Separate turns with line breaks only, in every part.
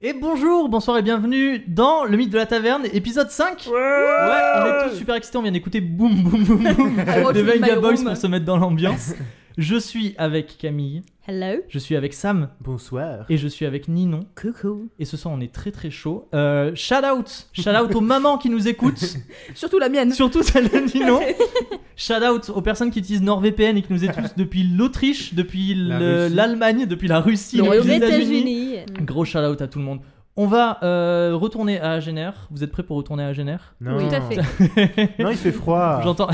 Et bonjour, bonsoir et bienvenue dans le mythe de la taverne, épisode 5 Ouais, on est tous super excités, on vient d'écouter Boum Boum Boum Boum
Walk
des
in my
Venga Boys
room.
pour se mettre dans l'ambiance. Je suis avec Camille,
Hello.
je suis avec Sam
Bonsoir.
et je suis avec Ninon.
Coucou.
Et ce soir on est très très chaud. Euh, shout out, shout out aux mamans qui nous écoutent,
Surtout la mienne.
surtout celle de Ninon. Shout out aux personnes qui utilisent NordVPN et qui nous écoutent depuis l'Autriche, depuis
La
le-
Russie.
l'Allemagne, depuis la Russie,
Le
depuis
Royaume
les
des
États-Unis.
États-Unis.
Gros shout out à tout le monde. On va euh, retourner à Agener. Vous êtes prêts pour retourner à Agener
Non.
Tout à fait.
Non, il fait froid.
J'entends,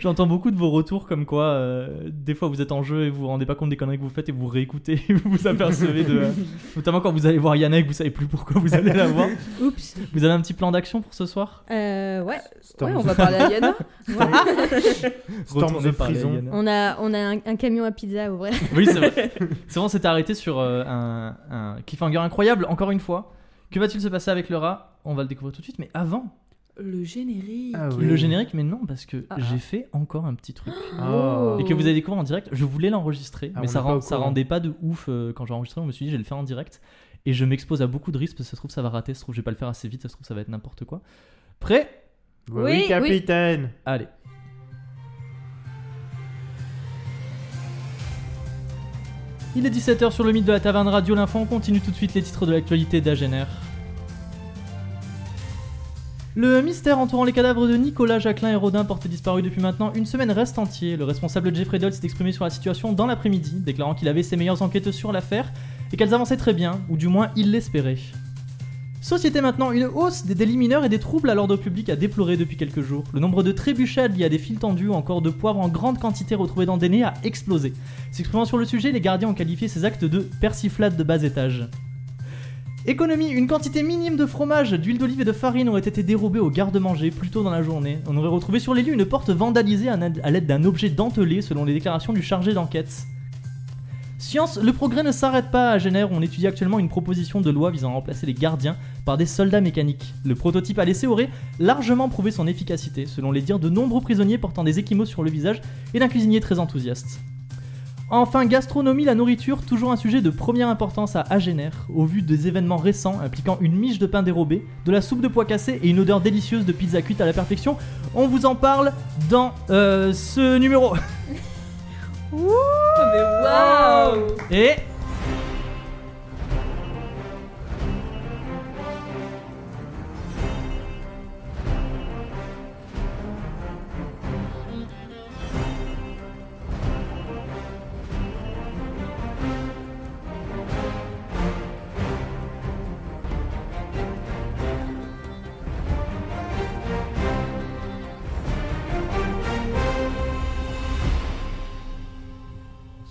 j'entends beaucoup de vos retours comme quoi euh, des fois vous êtes en jeu et vous vous rendez pas compte des conneries que vous faites et vous réécoutez et vous vous apercevez de. euh, notamment quand vous allez voir Yannick, vous savez plus pourquoi vous allez la voir.
Oups.
Vous avez un petit plan d'action pour ce soir
Euh, ouais.
Storm,
ouais, on va parler à Yana.
Storm
Retournez
the
parler à
Prison.
Yana.
On a, on a un, un camion à pizza à ouvrir.
Oui, c'est vrai. C'est vrai, on s'était arrêté sur euh, un, un cliffhanger incroyable, encore une fois. Que va-t-il se passer avec le rat On va le découvrir tout de suite, mais avant,
Le générique.
Ah oui.
le générique, mais non, parce que
Ah, ah.
j'ai fait encore un petit truc.
Oh.
Oh.
Et que vous avez découvert en direct, je voulais l'enregistrer,
Ah,
mais
on
ça,
n'est pas
rend-
au
ça
courant.
rendait pas de ouf euh, quand j'ai enregistré. Je me suis dit, je vais le faire en direct. Et je m'expose à beaucoup de risques, parce que ça se trouve, ça va rater, ça se trouve, je vais pas le faire assez vite, ça se trouve, ça va être n'importe quoi. Prêt
Oui,
Oui,
capitaine.
Allez. Il est 17h sur le mythe de la taverne radio, l'info, on continue tout de suite les titres de l'actualité d'Agener. Le mystère entourant les cadavres de Nicolas Jacquelin et Rodin, portés disparus depuis maintenant une semaine, reste entier. Le responsable Jeffrey Doll s'est exprimé sur la situation dans l'après-midi, déclarant qu'il avait ses meilleures enquêtes sur l'affaire et qu'elles avançaient très bien, ou du moins il l'espérait. Société maintenant, une hausse des délits mineurs et des troubles à l'ordre public à déplorer depuis quelques jours. Le nombre de trébuchades liées à des fils tendus ou encore de poivre en grande quantité retrouvés dans des nez a explosé. S'exprimant sur le sujet, les gardiens ont qualifié ces actes de persiflades de bas étage. Économie, une quantité minime de fromage, d'huile d'olive et de farine aurait été dérobée au garde-manger plus tôt dans la journée. On aurait retrouvé sur les lieux une porte vandalisée à na- à l'aide d'un objet dentelé selon les déclarations du chargé d'enquête. Science, le progrès ne s'arrête pas à Génère, on étudie actuellement une proposition de loi visant à remplacer les gardiens par des soldats mécaniques. Le prototype à l'essai aurait largement prouvé son efficacité, selon les dires de nombreux prisonniers portant des échymos sur le visage et d'un cuisinier très enthousiaste. Enfin, gastronomie, la nourriture, toujours un sujet de première importance à Agener, au vu des événements récents impliquant une miche de pain dérobé, de la soupe de pois cassé et une odeur délicieuse de pizza cuite à la perfection. On vous en parle dans euh, ce numéro.
Oh, mais
Ah.
waouh
Et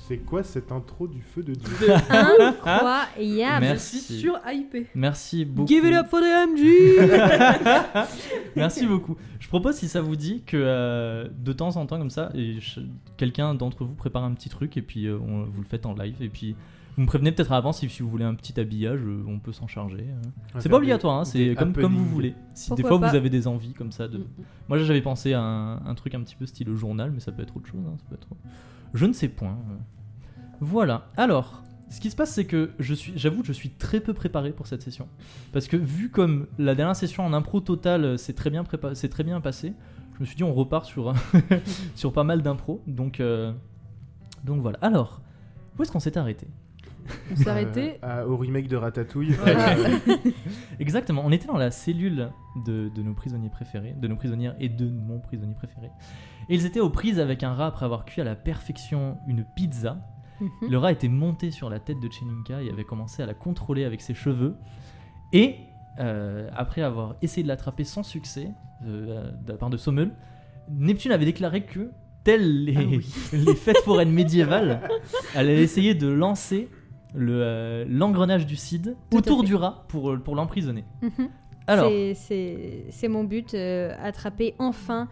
C'est quoi cette intro du feu de Dieu Ah,
Incroyable.
Merci.
Je suis sur IP.
merci beaucoup.
for the MG
Merci beaucoup. Je propose, si ça vous dit, que euh, de temps en temps, comme ça, et je- quelqu'un d'entre vous prépare un petit truc et puis euh, on- vous le faites en live. Et puis vous me prévenez peut-être avant si, si vous voulez un petit habillage, euh, on peut s'en charger. euh.
On va
C'est
faire
pas obligatoire, hein,
des-
c'est
des
comme, comme vous
happenings.
voulez. Si des
Pourquoi
fois vous
pas. Mm,
avez des envies comme ça de. Moi j'avais pensé à un, un truc un petit peu style journal, mais ça peut être autre chose. hein, ça peut être... Je ne sais point. euh. Voilà. Alors, ce qui se passe, c'est que je suis, j'avoue, que je suis très peu préparé pour cette session, parce que vu comme la dernière session en impro totale euh, s'est très bien prépa- s'est très bien passé, je me suis dit on repart sur un- sur pas mal d'impro. Donc euh, donc voilà. Alors, où est-ce qu'on s'est arrêté
On
Euh,
s'est arrêté.
à- Au remake de Ratatouille. Euh,
Voilà.
Exactement, on était dans la cellule de, de nos prisonniers préférés, de nos prisonnières et de mon prisonnier préféré. Et ils étaient aux prises avec un rat après avoir cuit à la perfection une pizza.
Mhm.
Le rat était monté sur la tête de Cheninka et avait commencé à la contrôler avec ses cheveux. Et euh, après avoir essayé de l'attraper sans succès euh, de la part de Sommel, Neptune avait déclaré que, telles
Ah
les, les fêtes foraines médiévales, elle allait essayer de lancer le, euh, l'engrenage du Cid
Tout à
autour
fait.
du rat pour, euh, pour l'emprisonner.
Mhm.
Alors,
C'est- C'est c'est mon but, euh, attraper enfin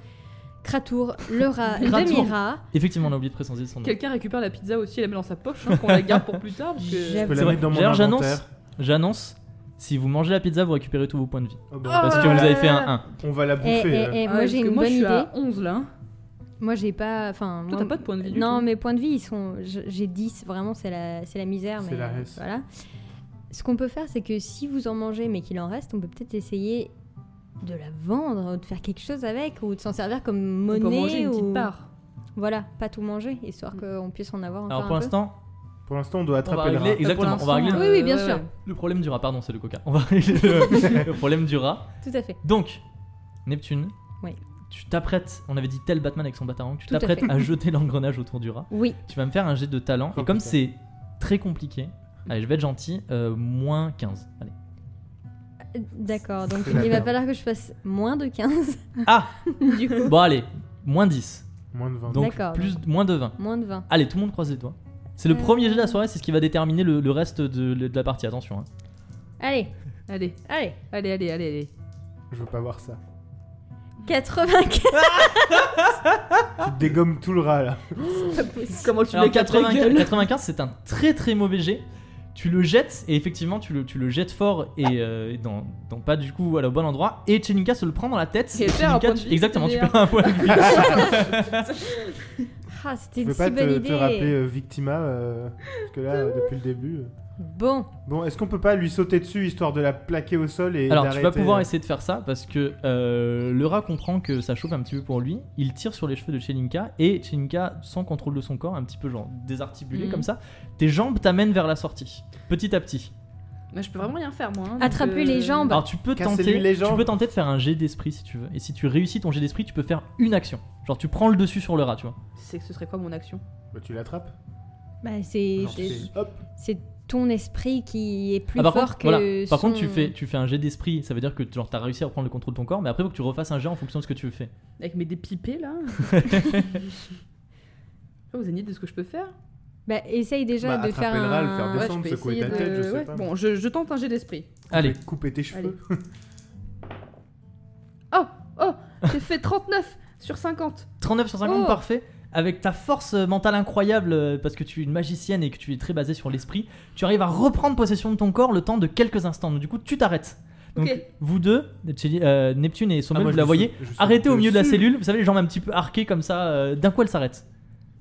Kratour, le rat,
Kratour.
demi-rat.
effectivement, on a oublié de préciser son nom.
Quelqu'un récupère la pizza aussi et la met dans sa poche, hein, qu'on la garde pour plus tard. Parce que...
Je peux
C'est
la
vrai.
mettre dans mon
D'ailleurs, j'annonce-
inventaire.
J'annonce, si vous mangez la pizza, vous récupérez tous vos points de vie.
Oh, bon,
Ah,
Parce Eh, que
ouais.
vous avez fait un 1.
On va la
Et,
bouffer. euh.
Ah,
moi
parce
j'ai
que
une
moi,
bonne
je suis
idée.
à 11 là. hein.
Moi j'ai pas. Enfin,
Toi,
moi,
t'as pas de point de vue. du
Non,
tout.
mes points de vie, ils sont. je- J'ai 10, vraiment, c'est la, c'est la misère.
C'est
mais
la
euh,
reste.
Voilà. ce qu'on peut faire, c'est que si vous en mangez mais qu'il en reste, on peut peut-être essayer de la vendre, ou de faire quelque chose avec, ou de s'en servir comme
On
monnaie.
peut manger une
ou-
petite part.
Voilà, pas tout manger, histoire
Mm.
qu'on puisse en avoir encore
Alors pour
un peu.
l'instant,
Pour l'instant, on doit
on va
attraper le
régler,
rat.
exactement, on va régler
euh,
Oui, oui, bien sûr.
le problème du rat. Pardon, c'est le coca. On va régler le, le problème du rat.
Tout à fait.
Donc, Neptune.
Oui.
Tu t'apprêtes, on avait dit tel Batman avec son batarang, tu
Tout à
t'apprêtes
fait.
à jeter l'engrenage autour du rat.
Oui,
Tu vas me faire un jet de talent.
Oh,
et comme
putain.
c'est très compliqué, allez, je vais être gentil, euh, moins 15. Allez.
euh, d'accord. Donc
C'est la
il va
merde.
falloir que je fasse moins de 15,
Ah
du coup.
Bon, allez, moins 10.
Moins de 20.
Donc,
D'accord.
plus, moins de 20.
Moins de 20.
Allez, tout le monde croise les doigts. C'est le
Mm.
Euh.
premier jet de la soirée, c'est ce qui va déterminer le, le reste de, de la partie. Attention. hein.
Allez,
Allez,
allez.
allez, allez, allez, allez.
Je veux pas voir ça.
84.
Ah.
Tu dégommes tout le rat là.
Comment tu
Alors,
l'as
95, 95, c'est un très très mauvais jet. Tu le jettes et effectivement tu le, tu le jettes fort et euh, dans, dans pas du coup voilà, au bon endroit. Et Chelinka se le prend dans la tête.
Et elle perd
Tchelinka,
un point de
tu-
vie,
exactement, tu
c'est-à-dire
perds un point de vie.
Ah,
Je
c'était une
veux
si
pas
belle
te,
idée.
te rappeler euh, Victima, euh, parce que là, euh, depuis le début. euh.
Bon,
Bon, est-ce qu'on peut pas lui sauter dessus histoire de la plaquer au sol et
Alors tu vas
d'arrêter,
pouvoir
euh,
essayer de faire ça parce que euh, le rat comprend que ça chauffe un petit peu pour lui. Il tire sur les cheveux de Chelinka et Chelinka, sans contrôle de son corps, un petit peu genre désarticulé
Mhm.
comme ça, tes jambes t'amènent vers la sortie, petit à petit.
Mais je peux vraiment rien faire, moi. hein, donc,
Attraper
euh,
les jambes.
Alors tu peux
Cassez-lui
tenter,
les
tu
jambes.
peux tenter de faire un jet d'esprit si tu veux. Et si tu réussis ton jet d'esprit, tu peux faire une action. Genre tu prends le dessus sur le rat, tu vois.
C'est que ce serait quoi mon action
Bah, tu l'attrapes.
bah, c'est
Genre, c'est- Hop.
c'est ton esprit qui est plus
Ah, par
fort
contre,
que
voilà. Par contre,
son-
tu fais, tu fais un jet d'esprit. Ça veut dire que genre t'as réussi à reprendre le contrôle de ton corps, mais après faut que tu refasses un jet en fonction de ce que tu fais.
Avec mes dépipés, là Ah, Vous avez une idée de ce que je peux faire
Bah, essaye déjà
Bah,
de faire
attraper le rat, le
un-
faire
Ouais,
descendre.
je peux
secouer
essayer
ta
de-
tête, je sais
ouais.
pas.
Bon, je, je tente un jet d'esprit.
Allez,
Couper- Couper tes cheveux.
Oh Oh J'ai fait 39 sur 50
39 sur 50,
Oh.
parfait. Avec ta force euh, mentale incroyable, euh, parce que tu es une magicienne et que tu es très basée sur l'esprit, tu arrives à reprendre possession de ton corps le temps de quelques instants. Donc, du coup, tu t'arrêtes. Donc,
Ok.
vous deux, Chili- euh, Neptune et
Ah,
Sommel, vous
moi, je
la
saute-
voyez,
je saute
arrêtez au milieu de la
dessus.
cellule. Vous savez, les jambes un petit peu arquées comme ça. euh, D'un coup, elle s'arrête.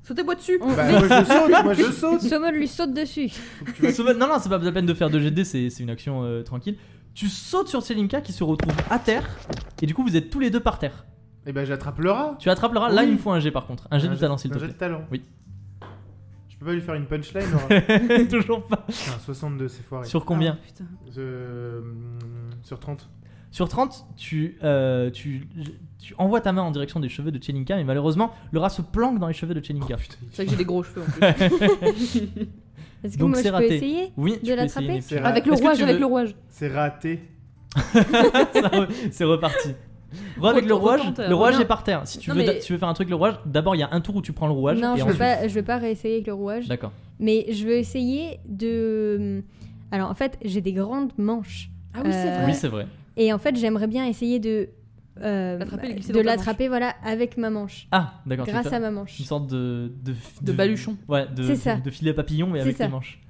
Sautez-moi dessus
On-
Bah, moi je saute, moi je saute.
Sommel lui saute dessus.
Faut que tu vas-
Sommel- Non, non, c'est pas la peine de faire 2GD, c'est c'est une action euh, tranquille. Tu sautes sur Selinka qui se retrouve à terre, et du coup, vous êtes tous les deux par terre.
Eh ben j'attrape le rat.
Tu attrapes le rat. Là,
Oui.
il me faut un G par contre. Un G de talent, s'il te
Un jet de talent.
Oui.
Je peux pas lui faire une punchline. Laura
plaît. Toujours pas.
Putain, 62, c'est foiré.
Sur combien
Ah, putain.
Euh, hum, Sur 30.
Sur 30, tu, euh, tu, tu envoies ta main en direction des cheveux de Chelinka, mais malheureusement, le rat se planque dans les cheveux de
Oh,
Chelinka.
C'est vrai que j'ai des gros cheveux en plus.
Est-ce que
Donc,
moi
c'est
je
raté.
peux essayer
oui, tu
de
peux essayer.
l'attraper
Neptune.
C'est ra-
Avec le
Est-ce que
rouage,
tu
avec
veux-
le rouage.
C'est raté.
Ça re- C'est reparti. Re- avec le
Retour-
rouage,
retente, euh,
le rouage
reviens.
est par terre. Si tu,
Non,
veux,
mais-
tu veux faire un truc, le rouage, d'abord il y a un tour où tu prends le rouage.
Non,
et
je veux,
ensuite...
pas, je veux pas réessayer avec le rouage.
D'accord.
Mais je veux essayer de. euh, Alors en fait, j'ai des grandes manches.
Ah oui, c'est
Euh,
vrai.
Oui, c'est vrai.
Et en fait, j'aimerais bien essayer de. euh,
L'attraper et le glisser
de
dans ta
l'attraper voilà avec ma manche
Ah, d'accord. tu
grâce
fais
à ma manche
Une sorte de. De,
De baluchon.
Ouais, de,
C'est ça.
de, de filet à papillon, mais
C'est
avec
ça.
les manches.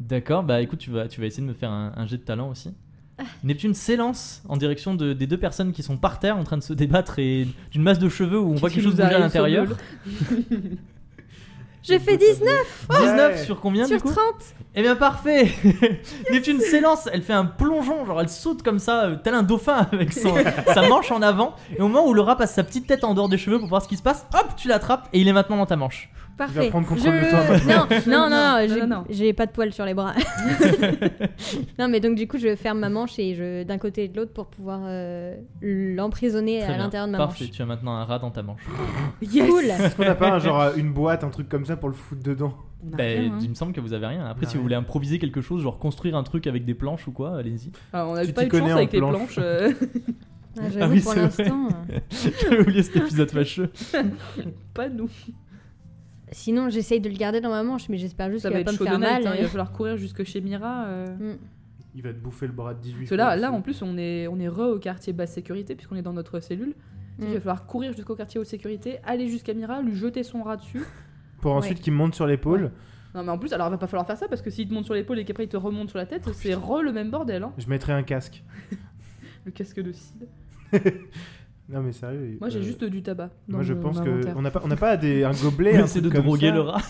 D'accord, bah écoute, tu vas, tu vas essayer de me faire un, un jet de talent aussi.
Ah.
Neptune s'élance en direction de- des deux personnes qui sont par terre en train de se débattre et d'une masse de cheveux où on voit
Qu'est-ce
quelque chose
qui nous
bouger à
arrive,
l'intérieur.
Sommel
19
19
Ouais.
sur combien
sur
du coup
30
Eh bien parfait Neptune s'élance, elle fait un plongeon, genre elle saute comme ça, euh, tel un dauphin avec son- sa manche en avant. Et au moment où le rat passe sa petite tête en dehors des cheveux pour voir ce qui se passe, hop, tu l'attrapes et il est maintenant dans ta manche.
parfait
prendre contrôle
Je-
de toi,
non non non,
Non,
j'ai-
non, non.
j'ai pas de poils sur les bras non mais donc du coup je ferme ma manche et je d'un côté et de l'autre pour pouvoir euh, l'emprisonner
Très
à
bien.
l'intérieur de ma
Parfait,
manche
tu as maintenant un rat dans ta manche.
Yes
cool
Est-ce qu'on a pas un, genre euh, une boîte, un truc comme ça pour le foutre dedans
On a
Ah,
Bah,
rien, hein.
il me semble que vous avez rien. Après,
Ah
si vous
ouais.
voulez improviser quelque chose, genre construire un truc avec des planches ou quoi, allez-y.
Ah, on a
Tu t'y
pas eu de chance
connais en
avec les
planche.
planches. euh.
Ah, j'avoue
Ah oui,
pour
c'est
l'instant euh,
J'avais oublié cet épisode fâcheux.
pas nous.
sinon j'essaye de le garder dans ma manche mais j'espère juste
Ça
qu'il
va
va pas
être
me
chaud de
faire mal
mal. Il va falloir courir jusque chez Mira. euh.
Mm.
Il va te bouffer le bras de 18
Parce que là,
fois.
là, en plus, on est, on est re au quartier basse sécurité, puisqu'on est dans notre cellule. Il va
Mm.
falloir courir jusqu'au quartier haute sécurité, aller jusqu'à Mira, lui jeter son rat dessus.
Pour ensuite qu'il me monte sur l'épaule,
Non, mais en plus, alors il va pas falloir faire ça, parce que s'il te monte sur l'épaule et qu'après il te remonte sur la tête, c'est re le même bordel. Hein.
je mettrai un casque.
Le casque de cid.
Non, mais sérieux.
Moi, j'ai
euh,
juste du tabac. dans
Moi, je
mon
pense que
inventaire.
on n'a pas, on n'a pas des, un gobelet, un
Laissez
truc
de
comme
droguer
ça.
le rat.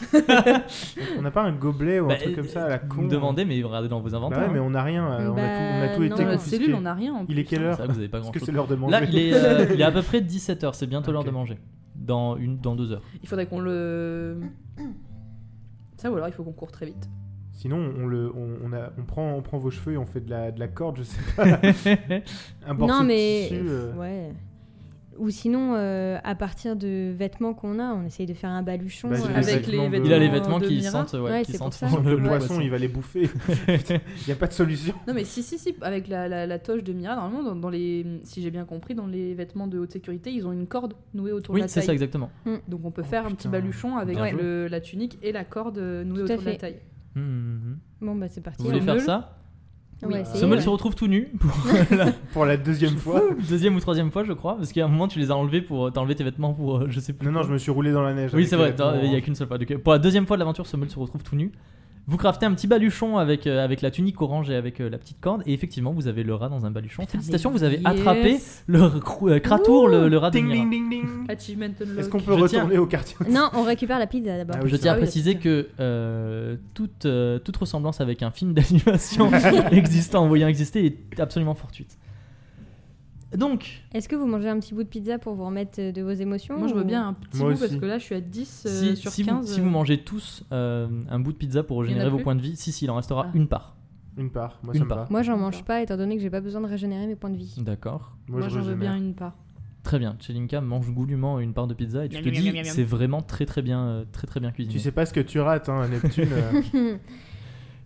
On n'a pas un gobelet ou un
Bah,
truc comme ça à la
vous
con.
me demandez, mais regardez dans vos
Bah
inventaires.
ouais, mais
hein.
on n'a rien. euh, on, a
Bah,
tout, on a tout été
non,
Dans notre
notre
confisqué.
cellule, on n'a rien. en
Il est
plus.
quelle heure
Ça, vous avez pas
Est-ce
grand
que
chose.
c'est l'heure de manger
Là, il est, euh, il est à peu près 17h, c'est bientôt l'heure de
Ok.
manger. Dans, une, dans deux heures.
Il faudrait qu'on le. Ça, ou alors il faut qu'on court très vite.
Sinon, on, le, on, on a, on, prend, on prend vos cheveux et on fait de la, de la corde, je sais pas. Un morceau
Non,
de
mais.
tissu, euh,
Ouais. Ou sinon, euh, à partir de vêtements qu'on a, on essaye de faire un baluchon.
Bah, j'ai
euh,
des
Avec
vêtements
les
de-
vêtements.
il a les vêtements
de
qui
Mira.
sentent, ouais,
Ouais,
qui
c'est pour
sentent
ça.
vraiment
le
le
poisson, il va les bouffer. Il n'y a pas de solution.
Non, mais si, si, si, avec la, la, la toche de Mira, normalement, dans, dans les, si j'ai bien compris, dans les vêtements de haute sécurité, ils ont une corde nouée autour
Oui,
de la
c'est
taille.
ça exactement.
Donc on peut
Oh,
faire un
putain.
petit baluchon avec
Bien joué.
le- la tunique et la corde nouée
Tout à
autour de la
fait.
taille.
Hum, hum, hum.
Bon, bah, c'est parti.
Vous
Si
voulez
on
faire
meule.
ça
On va
Oui.
essayer,
Sommel
ouais.
se retrouve tout nu pour la
Pour la deuxième fois.
deuxième ou troisième fois, je crois, parce qu'à un moment tu les as enlevés pour t'as enlevé tes vêtements pour euh, je sais plus.
Non, non, je me suis roulé dans la neige.
Oui,
avec
c'est
les
vrai, t'as-
vêtements.
il n'y a qu'une seule fois. Donc, euh, pour la deuxième fois de l'aventure, Sommel se retrouve tout nu. Vous craftez un petit baluchon avec, euh, avec la tunique orange et avec euh, la petite corde, et effectivement, vous avez le rat dans un baluchon. Félicitations, vous avez attrapé le cr- euh, Kratour, le, le rat de
Ding,
Mira.
ding, ding, ding.
Achievement unlocked.
Est-ce qu'on peut
hein. Je tiens-
retourner au quartier
Non, on récupère la pizza d'abord.
Ah
Je tiens à
Ah oui,
préciser
la
que euh, toute, euh, toute ressemblance avec un film d'animation existant ou ayant existé est absolument fortuite. Donc,
Est-ce que vous mangez un petit bout de pizza pour vous remettre euh, de vos émotions
Moi, je veux
ou-
bien un petit
Moi
bout parce
aussi.
que là, je suis à 10 euh,
si,
sur
si vous,
15.
si vous mangez tous euh, un bout de pizza pour
en a
régénérer vos
plus
points de vie, si, si, il en restera
Ah.
une part.
Une part, moi
Une
ça me
part.
va.
Moi, j'en mange pas, étant donné que j'ai pas besoin de régénérer mes points de vie.
D'accord.
Moi, j'en veux
régénère.
bien une part.
Très bien, Chelinka mange goulûment une part de pizza et tu
Miam,
te
miam,
dis
miam, miam, miam.
c'est vraiment très très bien euh, très très bien cuisiné.
Tu sais pas ce que tu rates, hein, Neptune. euh,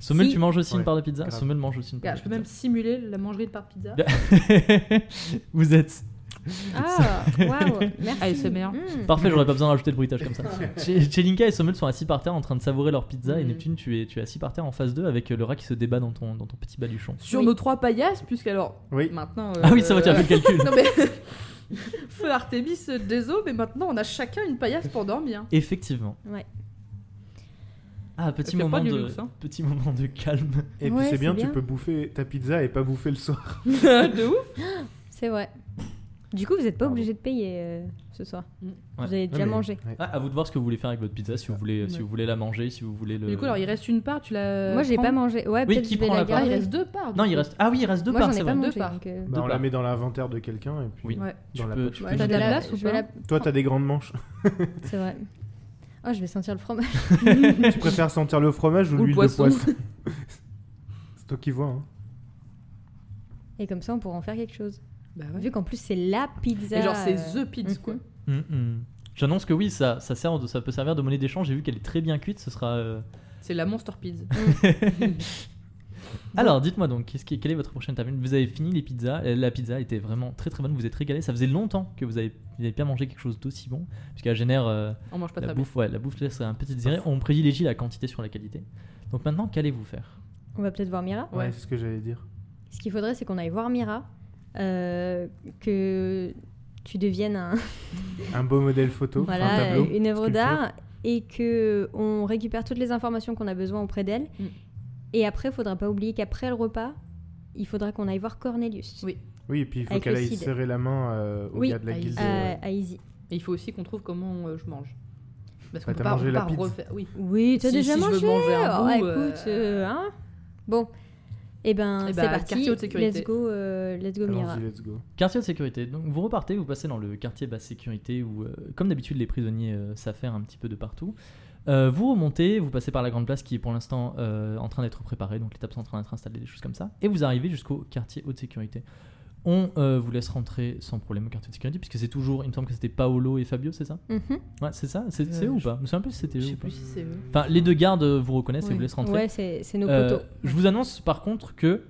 Sommel,
Si.
tu manges aussi une
Ouais,
part de pizza
grave.
Sommel mange aussi une part
Regarde,
de
je peux même simuler la mangerie de part pizza.
Bien. pizza. Vous êtes
Ah, waouh, merci.
ASMR.
Mm.
parfait, j'aurais pas besoin d'ajouter de bruitage comme ça. Che- Chelinka et Sommel sont assis par terre en train de savourer leur pizza et
Mm.
Neptune, tu es tu es assis par terre en face d'eux avec euh, le rat qui se débat dans ton dans ton petit baluchon.
Sur
Oui.
nos trois paillasses, puisqu'alors,
Oui.
maintenant.
Ah oui, ça va, tu as
euh,
fait le calcul.
Non, mais. Feu Artemis, euh, désolé, mais maintenant, on a chacun une paillasse pour dormir.
Effectivement.
Ouais.
Ah, petit
Ça fait pas
moment
du
de
luxe, hein.
petit moment de calme.
Et
Ouais,
puis c'est
c'est
bien, tu
bien.
peux bouffer ta pizza et pas bouffer le soir.
de ouf
C'est vrai. Du coup, vous n'êtes pas
Pardon.
obligé de payer euh, ce soir.
Mm.
Vous avez déjà
Ouais, mais-
mangé.
ouais.
Ah, à vous de voir ce que vous voulez faire avec votre pizza si vous voulez si
Ouais.
vous voulez la manger, si vous voulez le
Du coup, alors, il reste une part, tu l'as.
Moi, j'ai
euh, prends-
pas mangé. Ouais,
Oui,
peut-être
qui
je vais
prend
la
la part
Ah,
garder.
il reste deux parts. du
Non, il
coup.
reste Ah oui, il reste deux
Moi,
parts,
j'en
c'est
ai pas
vrai.
mangé.
Deux parts.
donc, euh,
Bah, on
Deux
la
parts.
met dans l'inventaire de quelqu'un et puis.
Oui.
Ouais.
Tu
Dans la
peux-
poche.
tu peux
Ouais,
nous
t'as de
donner-
la place ou
je vais
pas
la-
Toi, t'as des grandes manches.
C'est vrai. Oh, je vais sentir le fromage.
tu préfères sentir le fromage ou,
Ou le
l'huile
poisson.
de poisson C'est toi qui vois. Hein.
Et comme ça, on pourra en faire quelque chose.
Bah ouais.
Vu qu'en plus, c'est la pizza.
Et genre, c'est Mhm.
euh,
The Pizza, quoi.
Mm, mm. J'annonce que oui, ça, ça, sert de- ça peut servir de monnaie d'échange. J'ai vu qu'elle est très bien cuite. Ce sera. euh,
C'est la Monster Pizza.
Mhm.
Alors, dites-moi donc, qu'est-ce qui- quelle est votre prochaine taverne Vous avez fini les pizzas. euh, La pizza était vraiment très très bonne. Vous vous êtes régalé. Ça faisait longtemps que vous avez, vous avez pas mangé quelque chose d'aussi bon, puisqu'elle génère euh,
On mange pas
la
très bien.
bouffe. Ouais, la bouffe laisse un petit désirer. On privilégie la quantité sur la qualité. Donc maintenant, qu'allez-vous faire
On va peut-être voir Mira.
Ouais,
Ouais.
c'est ce que j'allais dire.
Ce qu'il faudrait, c'est qu'on aille voir Mira. euh, que tu deviennes un,
Un beau modèle photo, enfin, un
voilà,
tableau.
une œuvre
sculpture.
d'art et que euh, on récupère toutes les informations qu'on a besoin auprès d'elle.
Mm.
Et après, il faudra pas oublier qu'après le repas, il faudra qu'on aille voir Cornelius
Oui.
Oui, et puis il faut
Avec
qu'elle
le
aille
cid.
serrer la main euh, au
Oui,
gars de la
à
guilde. euh,
à-
Izzy.
ouais.
à Izzy.
Et il faut aussi qu'on trouve comment euh, je mange. Parce
Bah, t'as
qu'on peut pas, on
mangé
peut
la
pas
pizza.
refaire. Oui.
Oui, t'as
Si-
déjà
si je veux
mangé.
manger un
ouais,
bout, euh,
écoute, euh, hein Bon. Eh ben,
Eh
c'est
bah,
parti.
quartier haute sécurité.
Let's go, euh, let's go Mira.
Allons-y, let's go.
Quartier de sécurité. Donc vous repartez, vous passez dans le quartier basse sécurité où, euh, comme d'habitude, les prisonniers euh, s'affairent un petit peu de partout. Euh, vous remontez, vous passez par la grande place qui est pour l'instant euh, en train d'être préparée, donc les tables sont en train d'être installées, des choses comme ça, et vous arrivez jusqu'au quartier haute sécurité. On euh, vous laisse rentrer sans problème au quartier de sécurité, puisque c'est toujours, il me semble que c'était Paolo et Fabio, c'est ça
Mhm.
Ouais, c'est ça C'est c'est
Euh,
eux ou
je-
pas Je me souviens plus si c'était
Je
eux
sais
ou pas.
plus si c'est eux.
Enfin, les deux gardes euh, vous reconnaissent et
Oui.
vous laissent rentrer.
Ouais, c'est c'est nos
Euh,
poteaux.
je vous annonce par contre que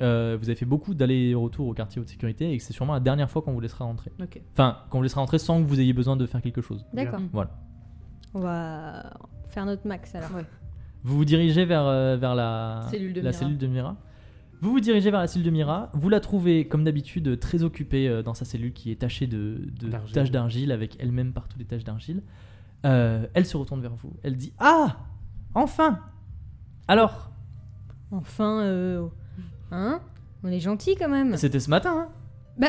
euh, vous avez fait beaucoup d'allers-retours au quartier haute sécurité et que c'est sûrement la dernière fois qu'on vous laissera rentrer.
euh,
Ok.
Enfin, qu'on vous laissera rentrer sans que vous ayez besoin de faire quelque chose.
D'accord.
Mm.
Voilà.
On va faire notre max alors.
Vous vous dirigez vers, euh, vers la,
Cellule de
la
Mira.
cellule de Mira. Vous vous dirigez vers la cellule de Mira. Vous la trouvez, comme d'habitude, très occupée euh, dans sa cellule qui est tachée de, de
D'argile.
taches d'argile, avec elle-même partout des taches d'argile. Euh, elle se retourne vers vous. Elle dit Ah Enfin Alors
Enfin, euh, hein On est gentil quand même.
C'était ce matin, hein
Bah,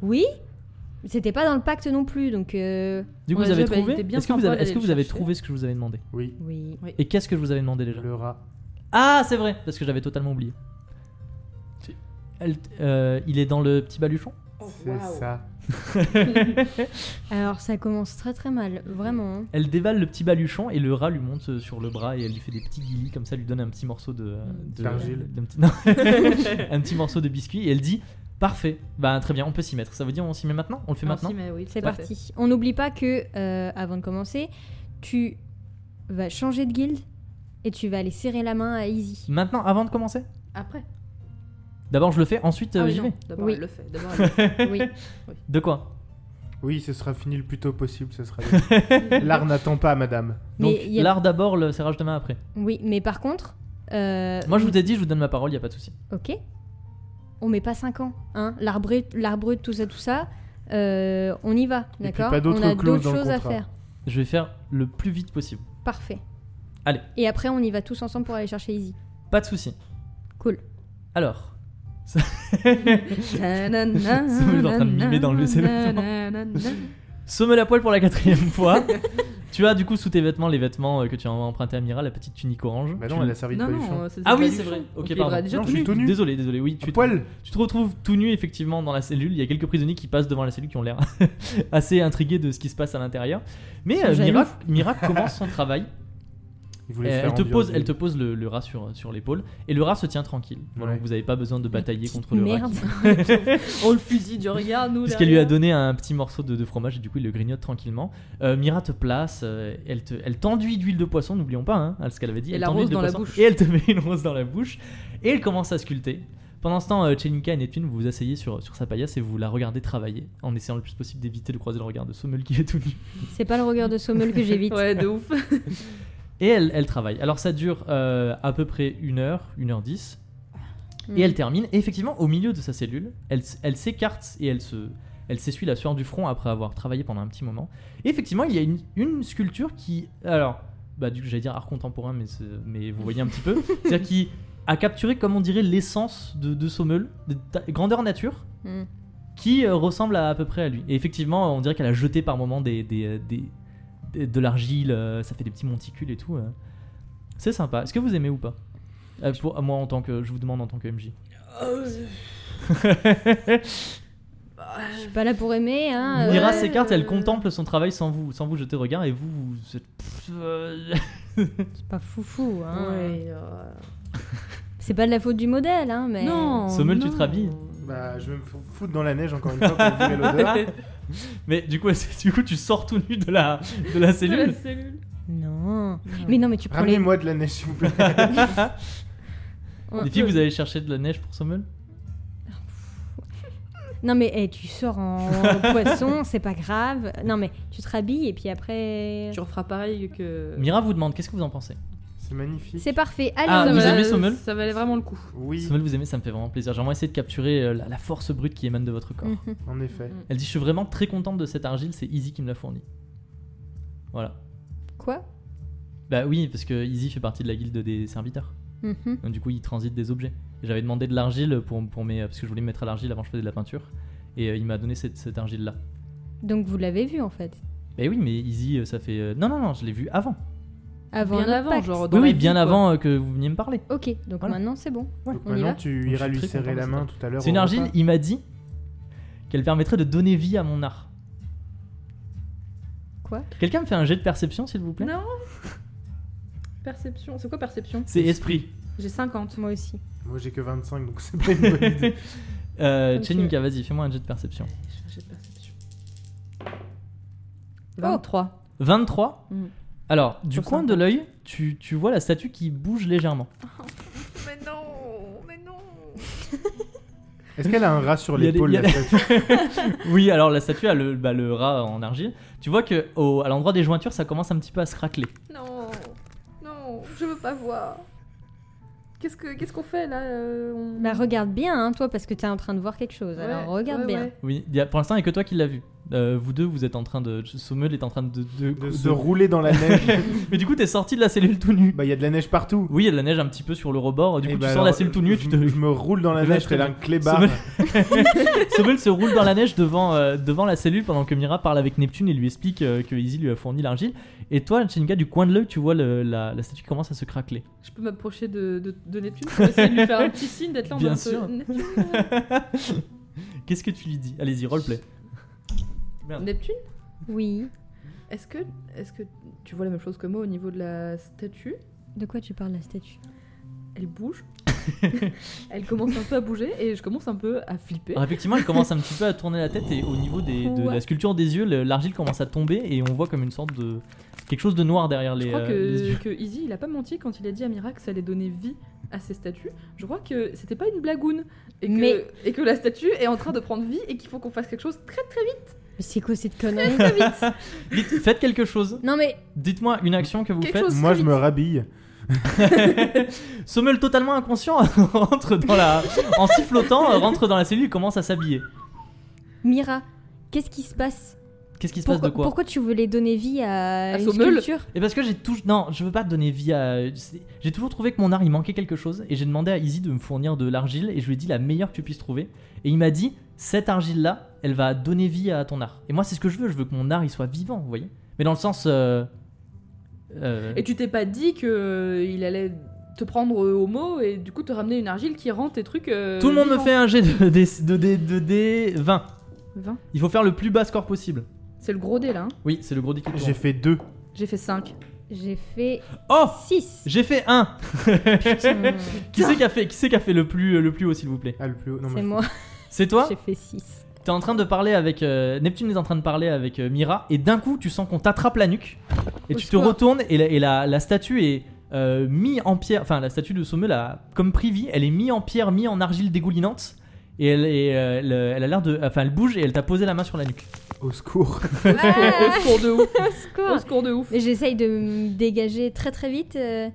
oui C'était pas dans le pacte non plus, donc. euh,
Du coup,
Ouais,
vous avez
déjà, bah, il
trouvé
était bien
Est-ce que vous
sympa
avez, est-ce que
d'aller
vous avez
le chercher.
trouvé ce que je vous avais demandé
Oui,
Oui.
Et qu'est-ce que je vous avais demandé déjà
le rat.
Ah, c'est vrai, parce que j'avais totalement oublié.
Si.
Elle- euh, il est dans le petit baluchon
Oh,
oh,
C'est ça.
Alors ça commence très très mal, vraiment. hein.
Elle dévale le petit baluchon et le rat lui monte euh, sur le bras et elle lui fait des petits guillis comme ça, elle lui donne un petit morceau de. euh,
Mm.
de-
D'argile.
d'un petit- non.
Ah,
un petit morceau de biscuit et elle dit Parfait, bah très bien, on peut s'y mettre. Ça veut dire on s'y met maintenant On le fait
Alors,
maintenant
si, mais oui,
C'est
tout à fait.
parti. On n'oublie pas que, euh, avant de commencer, tu vas changer de guilde et tu vas aller serrer la main à Easy.
Maintenant, avant de commencer
Après.
D'abord, je le fais, ensuite, euh,
Ah oui,
j'y
non,
vais.
D'abord,
Oui.
elle le fait. D'abord, elle le fait.
Oui.
De quoi
Oui, ce sera fini le plus tôt possible, ce sera bien. L'art n'attend pas, madame.
Donc,
Mais il y a-
l'art d'abord, le serrage de main après.
Oui, mais par contre. euh,
Moi, je vous ai dit, je vous donne ma parole, y a pas de souci.
Ok. On met pas 5 ans, hein. L'arbre, l'arbre, tout ça, tout ça. euh, on y va,
Et puis
d'accord
pas d'autres
On a
clauses
d'autres
dans le
choses à
contrat.
faire.
Je vais faire le plus vite possible.
Parfait.
Allez.
Et après, on y va tous ensemble pour aller chercher Easy.
Pas de souci.
Cool.
Alors,
Tanana,
Sommeil est en train de mimer dans le WC, là.
nanana,
somme la poêle pour la quatrième fois. tu as du coup sous tes vêtements les vêtements euh, que tu as empruntés à Mira, la petite tunique orange.
Bah
Tu-
non, elle a servi de
Non, non,
baluchon.
euh, c'est
Ah
pas
oui,
du
c'est
tout.
vrai. Ok,
Donc, il
pardon.
aura déjà
Non, je
tenu.
suis tout nu.
Désolé, désolé, oui,
À
tu, te-
poil
tu te retrouves tout nu effectivement dans la cellule. Il y a quelques prisonniers qui passent devant la cellule qui ont l'air assez intrigués de ce qui se passe à l'intérieur. Mais
Ils sont
euh, Mira,
jaloux.
Mira commence son travail.
Il voulait
Euh,
faire
elle, te
ambiance
pose,
de-
elle te pose le, le rat sur, sur l'épaule et le rat se tient tranquille. Voilà,
Ouais.
Vous n'avez pas besoin de batailler contre le rat.
Merde.
qui-
On le fusille du regard, nous.
Puisqu'elle lui a
derrière.
donné un petit morceau de, de fromage et du coup il le grignote tranquillement. Euh, Mira te place, euh, elle te- elle t'enduit d'huile de poisson, n'oublions pas hein, ce qu'elle avait dit.
Et
elle
la
t'enduit
rose
d'huile de
dans la
poisson
bouche.
Et elle te met une rose dans la bouche et elle commence à sculpter. Pendant ce temps, euh, Chelinka et Neptune, vous vous asseyez sur, sur sa paillasse et vous la regardez travailler en essayant le plus possible d'éviter de croiser le regard de Sommel qui est tout nu.
C'est pas le regard de Sommel que j'évite.
Ouais, de ouf.
Et elle, elle travaille. Alors ça dure euh, à peu près une heure, une heure dix.
Mm.
Et elle termine. Et effectivement, au milieu de sa cellule, elle, s- elle s'écarte et elle se, elle s'essuie la sueur du front après avoir travaillé pendant un petit moment. Et effectivement, il y a une, une sculpture qui, alors, bah, du coup, j'allais dire art contemporain, mais, c'est- mais vous voyez un petit peu, c'est-à-dire qui a capturé, comme on dirait, l'essence de, de Sommel, de ta- grandeur nature,
Mm.
qui euh, ressemble à, à peu près à lui. Et effectivement, on dirait qu'elle a jeté par moment des, des, euh, des- des- de l'argile, euh, ça fait des petits monticules et tout. euh. C'est sympa. Est-ce que vous aimez ou pas Euh, pour- Moi, en tant que, je vous demande en tant que MJ.
Je suis pas là pour aimer, hein. euh,
Mira
Ouais,
s'écarte et elle
euh.
contemple son travail sans vous, sans vous jeter regard et vous, vous êtes- Pff, euh,
C'est pas foufou, hein.
Ouais, euh,
C'est pas de la faute du modèle, hein, mais.
Non.
Sommel, tu
non.
te rhabilles
Bah, je vais me f- foutre dans la neige encore une fois pour vous l'odeur.
Mais du coup, c'est- du coup, tu sors tout nu de la, de la
La
cellule.
cellule.
Non. Mais non, mais tu prends les.
Ramenez-moi de la neige, s'il vous plaît.
On
Les filles, vous allez chercher de la neige pour Sommel
Non, mais eh, tu sors en poisson, c'est pas grave. Non, mais tu te rhabilles et puis après.
Tu referas pareil que.
Mira vous demande, qu'est-ce que vous en pensez
C'est magnifique.
C'est parfait.
Ah,
Allez,
vous
on y va.
aimez Sommel
Ça valait vraiment le coup.
Oui,
Sommel, vous aimez, ça me fait vraiment plaisir. J'ai vraiment essayé de capturer euh, la, la force brute qui émane de votre corps.
Mhm.
en effet.
Mm.
Elle dit, je suis vraiment très contente de cette argile, c'est Easy qui me l'a fournie. Voilà.
Quoi
Bah oui, parce que Easy fait partie de la guilde des serviteurs.
Mhm.
Donc, du coup, il transite des objets. Et J'avais demandé de l'argile pour, pour mes. Parce que je voulais me mettre à l'argile avant que je faisais de la peinture. Et euh, il m'a donné cette, cette argile-là.
Donc vous l'avez vu en fait.
Bah oui, mais Easy, euh, ça fait. euh, Non, non, non, je l'ai vu avant.
Avant
Bien
notre
avant,
pacte.
genre. dans
Oui,
la
oui,
vie,
bien
quoi.
avant euh, que vous veniez me parler.
Ok, donc
Voilà.
maintenant c'est bon.
Donc
On y va
maintenant, tu
suis
iras lui
très
serrer
content
la
de ça.
main tout à l'heure.
C'est une
au
argile,
repas.
il m'a dit qu'elle permettrait de donner vie à mon art.
Quoi
Quelqu'un me fait un jet de perception, s'il vous plaît
Non. Perception. C'est quoi perception
C'est esprit.
J'ai 50.
Moi aussi.
Moi, j'ai que 25, donc c'est pas une bonne idée.
Euh,
Ok.
Cheninka, vas-y, fais-moi un jet de perception.
J'ai un jet de perception.
Oh.
23.
23
Mm.
Alors, du
Sur
coin
cinq.
de l'œil, tu, tu vois la statue qui bouge légèrement.
Mais non Mais non
Est-ce qu'elle a un rat sur
Il y a
l'épaule,
des- il y
la
a
statue
Oui, alors la statue a le, bah, le rat en argile. Tu vois que au- à l'endroit des jointures, ça commence un petit peu à se racler.
Non Non Je veux pas voir Qu'est-ce que- qu'est-ce qu'on fait là euh, on-
Bah regarde bien, hein, toi, parce que t'es en train de voir quelque chose.
Ouais,
Alors regarde
ouais,
bien.
ouais.
Oui, il y a- pour l'instant, il n'y a que toi qui l'as vu. Euh, vous deux, vous êtes en train de. Sommel est en train de. de-
De
de-
se rouler dans la neige.
Mais du coup, t'es sorti de la cellule tout nu.
Bah, il y a de la neige partout.
Oui, il y a de la neige un petit peu sur le rebord. Du
Eh
coup,
bah
tu sors
alors,
de la cellule tout nu.
je,
Tu te... euh,
me- je me roule dans la
Tu vas
neige,
très
tel un
bien.
clébard.
Sommel- Sommel se roule dans la neige devant, euh, devant la cellule pendant que Mira parle avec Neptune et lui explique euh, que Izzy lui a fourni l'argile. Et toi, Chenga, du coin de l'œil, tu vois le- la, la statue qui commence à se craqueler.
Je peux m'approcher de, de, de Neptune pour essayer de lui faire un petit signe d'être là en
Bien
mode,
sûr.
Neptune,
Qu'est-ce que tu lui dis Allez-y, roleplay. Merde.
Neptune,
Oui.
est-ce que, est que tu vois la même chose que moi au niveau de la statue
De quoi tu parles, la statue
Elle bouge. elle commence un peu à bouger et je commence un peu à flipper.
Alors Ah, effectivement, elle commence un petit peu à tourner la tête et au niveau des- de
Ouais.
la sculpture des yeux, le- l'argile commence à tomber et on voit comme une sorte de quelque chose de noir derrière les,
je crois
euh,
que,
les yeux.
que Izzy, il a pas menti quand il a dit à Mira que ça allait donner vie à ses statues. Je crois que c'était pas une blagoune. Et que,
Mais-
et que la statue est en train de prendre vie et qu'il faut qu'on fasse quelque chose très très vite.
Mais c'est quoi cette connerie
Très vite.
Dites- faites quelque chose.
Non mais
Dites-moi une action que vous
Quelque
faites.
chose.
Moi, je me rhabille.
Sommel totalement inconscient rentre dans la en sifflotant euh, rentre dans la cellule et commence à s'habiller.
Mira, qu'est-ce qui se passe
Qu'est-ce qui se
pourquoi,
passe de quoi
pourquoi tu veux les donner vie à,
À
une
Sommel
sculpture
Et parce que j'ai toujours non, je veux pas te donner vie à c'est- j'ai toujours trouvé que mon art il manquait quelque chose et j'ai demandé à Izzy de me fournir de l'argile et je lui ai dit la meilleure que tu puisses trouver et il m'a dit cette argile là, elle va donner vie à ton art. Et moi c'est ce que je veux, je veux que mon art il soit vivant, vous voyez. Mais dans le sens euh, euh,
Et tu t'es pas dit que euh, il allait te prendre euh, au mot et du coup te ramener une argile qui rend tes trucs. euh,
tout le monde me
vivants.
fait un jet de dé de dé- de dé 20.
20.
Il faut faire le plus bas score possible.
C'est le gros dé là. hein.
Oui, c'est le gros dé qui tourne.
J'ai fait deux.
J'ai fait 5.
J'ai fait
Oh
6.
J'ai fait un
C'est
Qui c'est qui a fait, qui c'est qui a fait le, plus, le plus haut, s'il vous plaît
Ah, le plus haut. Non, mais je-
moi,
C'est toi
j'ai fait 6.
T'es en train de parler avec. euh, Neptune est en train de parler avec euh, Mira, et d'un coup, tu sens qu'on t'attrape la nuque, et
Au
tu te
secours.
retournes, et la, et la- la statue est. euh, mis en pierre, enfin la statue de Sommel a comme pris vie, elle est mise en pierre, mise en argile dégoulinante, et elle, est, euh, elle, elle a l'air de, enfin elle bouge et elle t'a posé la main sur la nuque.
Au secours.
Au secours de ouf. Au
Secours.
secours de ouf.
Mais j'essaye de me dégager très très vite. euh,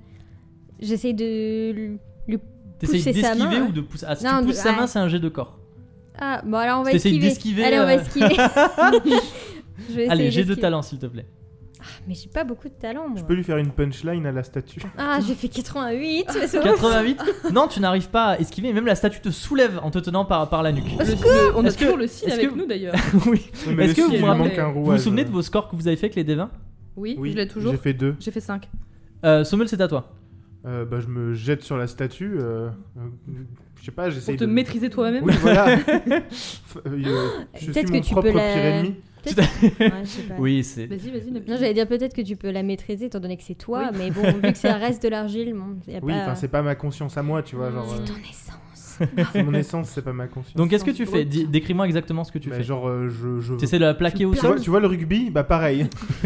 J'essaye de. l- lui-
T'essayes
Pousser sa main,
d'esquiver
ouais.
ou de pousser. Ah, si
Non,
tu
de-
pousses sa
ouais.
main, c'est un jet de corps.
Ah, bon alors on va
T'essayes
esquiver.
d'esquiver,
Allez, on va
euh.
esquiver. Je vais
Allez,
essayer
jet de
d'esquiver.
talent, s'il te plaît.
Mais j'ai pas beaucoup de talent moi.
Je peux lui faire une punchline à la statue.
Ah, j'ai fait 88. mais c'est bon.
88 Non, tu n'arrives pas à esquiver, et même la statue te soulève en te tenant par, par la nuque.
Le- le- on a
Est-ce que-
toujours le signe
est-ce
avec
que-
nous d'ailleurs.
oui.
Non, mais
Est-ce
le
que
signe,
vous
il
vous
manque
rappelez-
un
Vous vous
rouage.
souvenez de vos scores que vous avez fait avec les D20
Oui,
Oui,
je l'ai toujours.
J'ai fait deux.
J'ai fait 5.
euh, Sommel, c'est à toi.
Euh, bah, je me jette sur la statue. euh, euh, je sais pas, j'essaye
Pour te
de...
maîtriser toi-même.
Oui, voilà. F- euh, euh, je suis
Peut-être
mon
que tu
propre
peux la-
pire ennemi.
Ouais, je sais pas.
Oui, c'est.
Vas-y, vas-y, Neptune.
Non, j'allais dire peut-être que tu peux la maîtriser étant donné que c'est toi, mais bon, vu que ça reste de l'argile, bon, y a
Oui,
pas. Mm.
enfin, c'est pas ma conscience à moi, tu vois. Genre,
C'est
euh,
ton essence.
c'est mon essence, c'est pas ma conscience.
Donc, qu'est-ce que tu
Sens
fais
brut.
Dis- Décris-moi exactement ce que tu
Bah,
fais.
Genre, euh, je... je...
Tu essaies de la plaquer au
Tu vois,
sol
tu vois le rugby Bah pareil.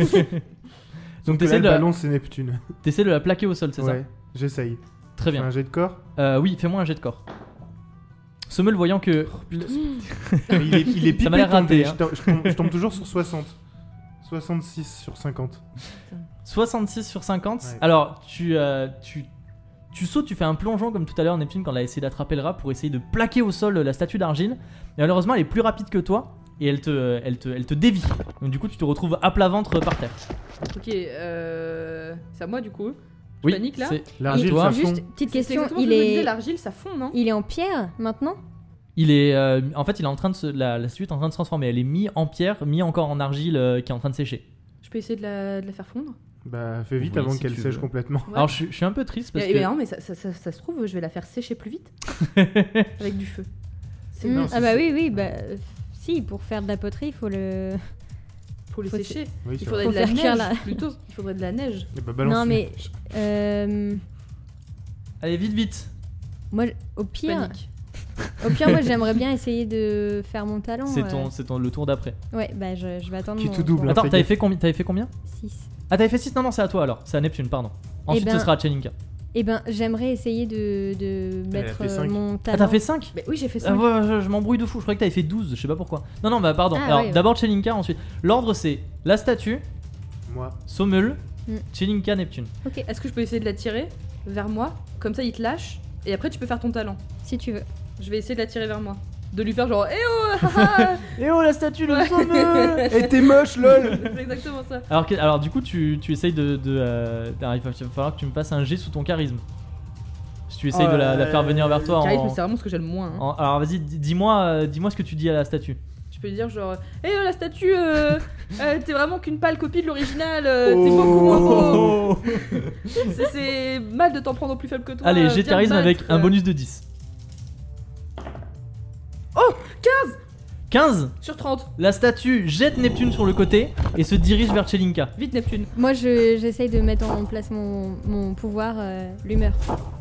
Donc,
Que là,
t'essaies
le
de, la...
ballon, c'est Neptune.
t'essaies de la plaquer au sol, c'est
Ouais, j'essaye.
ça Très
Fais
bien.
Un jet de corps
Euh, oui, fais-moi un jet de corps. Sommel, voyant que.
Mais il est, il est
Ça m'a
pipé
l'air raté,
tombé,
hein.
Je, tombe, je tombe- je tombe toujours sur 60. 66 sur 50.
66 sur 50.
Ouais.
Alors, tu, euh, tu, tu sautes, tu fais un plongeon comme tout à l'heure, Neptune, quand elle a essayé d'attraper le rat pour essayer de plaquer au sol euh, la statue d'argile. Et malheureusement, elle est plus rapide que toi et elle te, euh, elle te, elle te dévie. Donc, du coup, tu te retrouves à plat ventre euh, par terre.
Ok, euh, c'est à moi du coup. Je panique, là
c'est-
L'argile,
toi
ça fond.
Juste petite
C'est
question,
exactement ce
il
que je me disais,
est,
l'argile, ça fond, non
il est en pierre maintenant
Il est, euh, en fait, il est en train de se, la, la statue est en train de se transformer. Elle est mi en pierre, mi encore en argile euh, qui est en train de sécher.
Je peux essayer de la, de la faire fondre
Bah fais vite
Oui,
avant
si
qu'elle
tu
sèche
veux.
complètement.
Ouais.
Alors, je, suis- je suis un peu triste parce
Eh, mais
que
non, mais ça, ça- ça- ça se trouve, je vais la faire sécher plus vite. avec du feu. C'est
Hmm,
non,
Ah
c'est-
bah oui, oui, bah euh, si, pour faire de la poterie, il faut le...
Faut le
Faut-
sécher.
Oui,
Il
c'est
faudrait
Faut
de la
faire cuire,
neige
là.
plutôt. Il faudrait de la neige.
vrai. Eh bah, balance
non mais... euh,
allez vite vite.
moi, au pire,
Panique.
au pire, moi j'aimerais bien essayer de faire mon talent.
C'est
euh.
ton, c'est ton le tour d'après.
Ouais, bah je, je vais attendre
Qui
mon...
tout double,
Attends,
fais
t'avais
gaffe.
fait combien T'avais fait combien
6.
Ah, t'avais fait 6 Non non, c'est à toi alors. C'est à Neptune, pardon. Ensuite,
ben,
ce sera à Cheninka.
Eh ben, j'aimerais essayer de, de
Elle a
mettre
fait
euh,
cinq.
mon talent.
Ah, t'as fait 5
Mais oui, j'ai fait
Ah
ça.
ouais, je, je m'embrouille de fou, je croyais que t'avais fait 12, je sais pas pourquoi. Non, non, bah pardon.
Ah,
Alors
ouais, ouais.
d'abord Chelinka, ensuite. L'ordre c'est la statue,
Moi.
Sommel,
Mm.
Chelinka, Neptune.
Est-ce que je peux essayer de la tirer vers moi Comme ça, il te lâche. Et après, tu peux faire ton talent.
Si tu veux.
Je vais essayer de la tirer vers moi. de lui faire genre Eh oh haha.
Eh oh la statue, le fameux
Eh, t'es moche,
Euh,
lol
C'est exactement ça.
alors, que- alors du coup, tu, tu essayes de. de euh, d'arriver- il va falloir que tu me fasses un jet sous ton charisme. Si tu essayes
Oh
de
là
la, la
là
faire
là
venir
là
vers
là
toi.
Charisme,
en-
c'est vraiment ce que j'aime le moins. hein.
en- alors vas-y, dis- dis-moi euh, dis-moi ce que tu dis à la statue.
Tu peux lui dire genre Eh oh, la statue, euh, euh, t'es vraiment qu'une pâle copie de l'original, euh, t'es
Oh.
beaucoup. C'est- C'est mal de t'en prendre au plus faible que toi.
Allez,
euh,
jet de
viens
charisme
me
avec
battre,
un
euh.
bonus de 10.
Oh,
15 15
Sur 30.
La statue jette Neptune sur le côté et se dirige vers Chelinka.
Vite Neptune.
Moi, je- j'essaye de mettre en place mon, mon pouvoir, euh, l'humeur.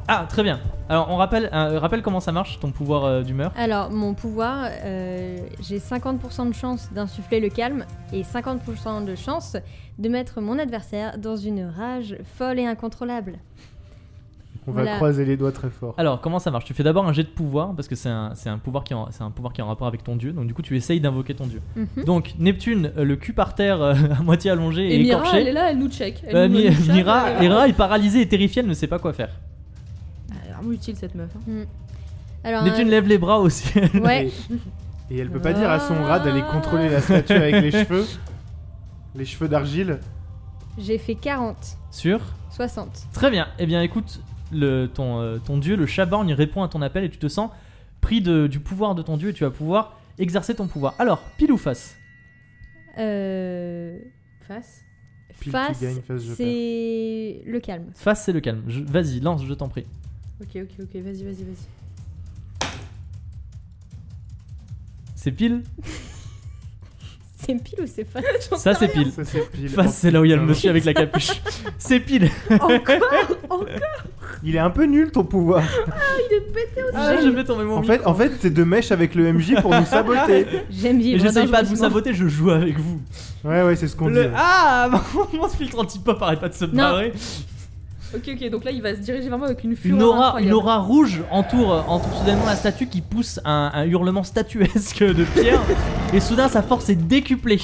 Ah, très bien. Alors, on rappelle, euh, rappelle comment ça marche, ton pouvoir euh, d'humeur.
Alors, mon pouvoir, euh, j'ai 50% de chance d'insuffler le calme et 50% de chance de mettre mon adversaire dans une rage folle et incontrôlable.
On va
Voilà.
croiser les doigts très fort.
Alors, comment ça marche Tu fais d'abord un jet de pouvoir, parce que c'est un, c'est un pouvoir qui est en- c'est un pouvoir qui est en rapport avec ton dieu, donc du coup, tu essayes d'invoquer ton dieu.
Mhm.
Donc, Neptune, euh, le cul par terre, euh, à moitié allongé et,
Hmm. Et, Mira,
écorché.
elle est là, elle nous check. Elle
Euh,
nous-
Mi-
elle nous check,
Mira,
euh,
Hera est paralysée et terrifiée, elle ne sait pas quoi faire.
Elle est vraiment utile cette meuf. hein. Bah,
Alors,
Neptune
un-
lève les bras au ciel.
Ouais, Ah.
Et, et elle peut pas dire à son rat d'aller contrôler la statue avec les cheveux. Les cheveux d'argile.
j'ai fait 40,
Sur
60.
Très bien. Eh bien, écoute, le, ton, euh, ton dieu, le Chaborgne, répond à ton appel et tu te sens pris de- du pouvoir de ton dieu et tu vas pouvoir exercer ton pouvoir. Alors, pile ou face
Euh,
Face.
Pile, tu
face,
gagnes, face, je
c'est le calme.
Face, c'est le calme. Je- Vas-y, lance, je t'en prie.
Ok, ok, ok, vas-y, vas-y, vas-y.
C'est pile
C'est pile ou c'est face
Ça, c'est pile.
Ça c'est pile.
Face, c'est là où il y a le monsieur avec la capuche. c'est pile
Il est un peu nul ton pouvoir.
Ah, je vais
Oh,
tomber mon
En fait, en fait, c'est de mèche avec le MJ pour nous saboter.
J'aime
Mais
vivre.
j'essaye pas de vous
dangereusement.
saboter, je joue avec vous.
Ouais, ouais, c'est ce qu'on dit.
Le-
ouais.
Ah Mon filtre anti-pop arrête pas de se barrer.
Ok, ok, donc là il va se diriger vers moi avec une fureur.
Une aura,
incroyable.
une aura rouge entoure, entoure soudainement la statue qui pousse un, un hurlement statuesque de pierre. et soudain, sa force est décuplée.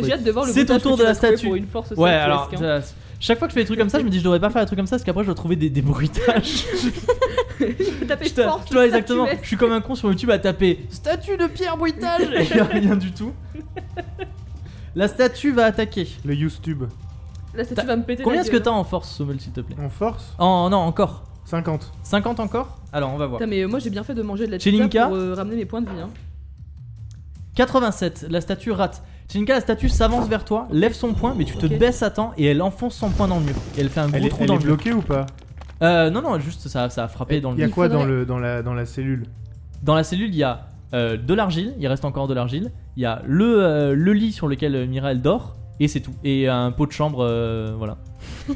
J'ai hâte de voir le
C'est au
boutage
tour
que tu
de la
vas trouver
statue.
Pour une force
Ouais,
statuesque,
alors,
hein.
ça- chaque fois que je fais des trucs comme ça, je me dis je devrais pas faire des trucs comme ça parce qu'après je dois trouver des, des bruitages.
Tu tapes
Je te-
force
tu vois exactement,
statuesque.
je suis comme un con sur YouTube à taper statue de pierre bruitage et il y a rien du tout. La statue va attaquer.
Le YouTube.
La statue
T'as-
va me péter.
Combien
la
est-ce que
gueule,
t'as en force, Sommel, s'il te plaît
En force
Oh non, encore.
50.
50 encore Alors on va voir.
Putain, mais euh, moi j'ai bien fait de manger de la
Chez
pizza
Linka
pour euh, ramener mes points de vie. Hein.
87, la statue rate. Chinka, la statue s'avance vers toi, lève son poing, mais tu te
Ok.
baisses à temps et elle enfonce son poing dans le mur. Et elle fait un gros
Elle est,
trou
elle
dans
est
le mur.
bloquée ou pas
Euh, non, non, juste ça, ça a frappé dans le
Il y a
Il
quoi dans,
faudrait-
le, dans, la, dans la cellule
Dans la cellule, il y a euh, de l'argile, il reste encore de l'argile, il y a le, euh, le lit sur lequel euh, Mira elle dort, et c'est tout. Et un pot de chambre, euh, voilà,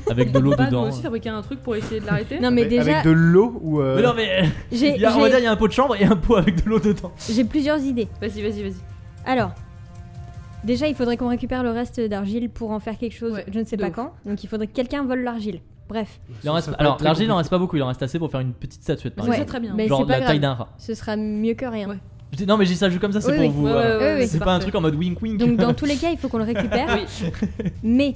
avec de l'eau
Bah, nous
dedans.
aussi fabriquer un truc pour essayer de l'arrêter.
Non, mais
bah, avec,
déjà,
avec de l'eau ou. euh,
Mais non, mais
j'ai
il y a- on va
j'ai-
dire, il y a un pot de chambre et un pot avec de l'eau dedans.
j'ai plusieurs idées.
Vas-y, vas-y, vas-y.
Alors, déjà, il faudrait qu'on récupère le reste d'argile pour en faire quelque chose,
Ouais,
je ne sais
de
pas
ouf.
quand. Donc, il faudrait que quelqu'un vole l'argile. Bref,
Il en
Ça,
reste,
ça peut
alors,
être très
l'argile, il en
compliqué.
reste pas beaucoup, il en reste assez pour faire une petite statuette, par
Mais c'est
Ouais,
exemple.
très bien.
mais
Genre
c'est
de
pas
la taille
grave.
d'un rat.
ce sera mieux que rien.
Ouais.
Je dis- Non, mais je dis ça, je joue comme ça, c'est
Oui,
pour
oui.
vous.
Ouais,
voilà.
ouais, ouais,
Oui, oui.
C'est pas un truc en mode wink wink.
Donc, dans tous les cas, il faut qu'on le récupère. Mais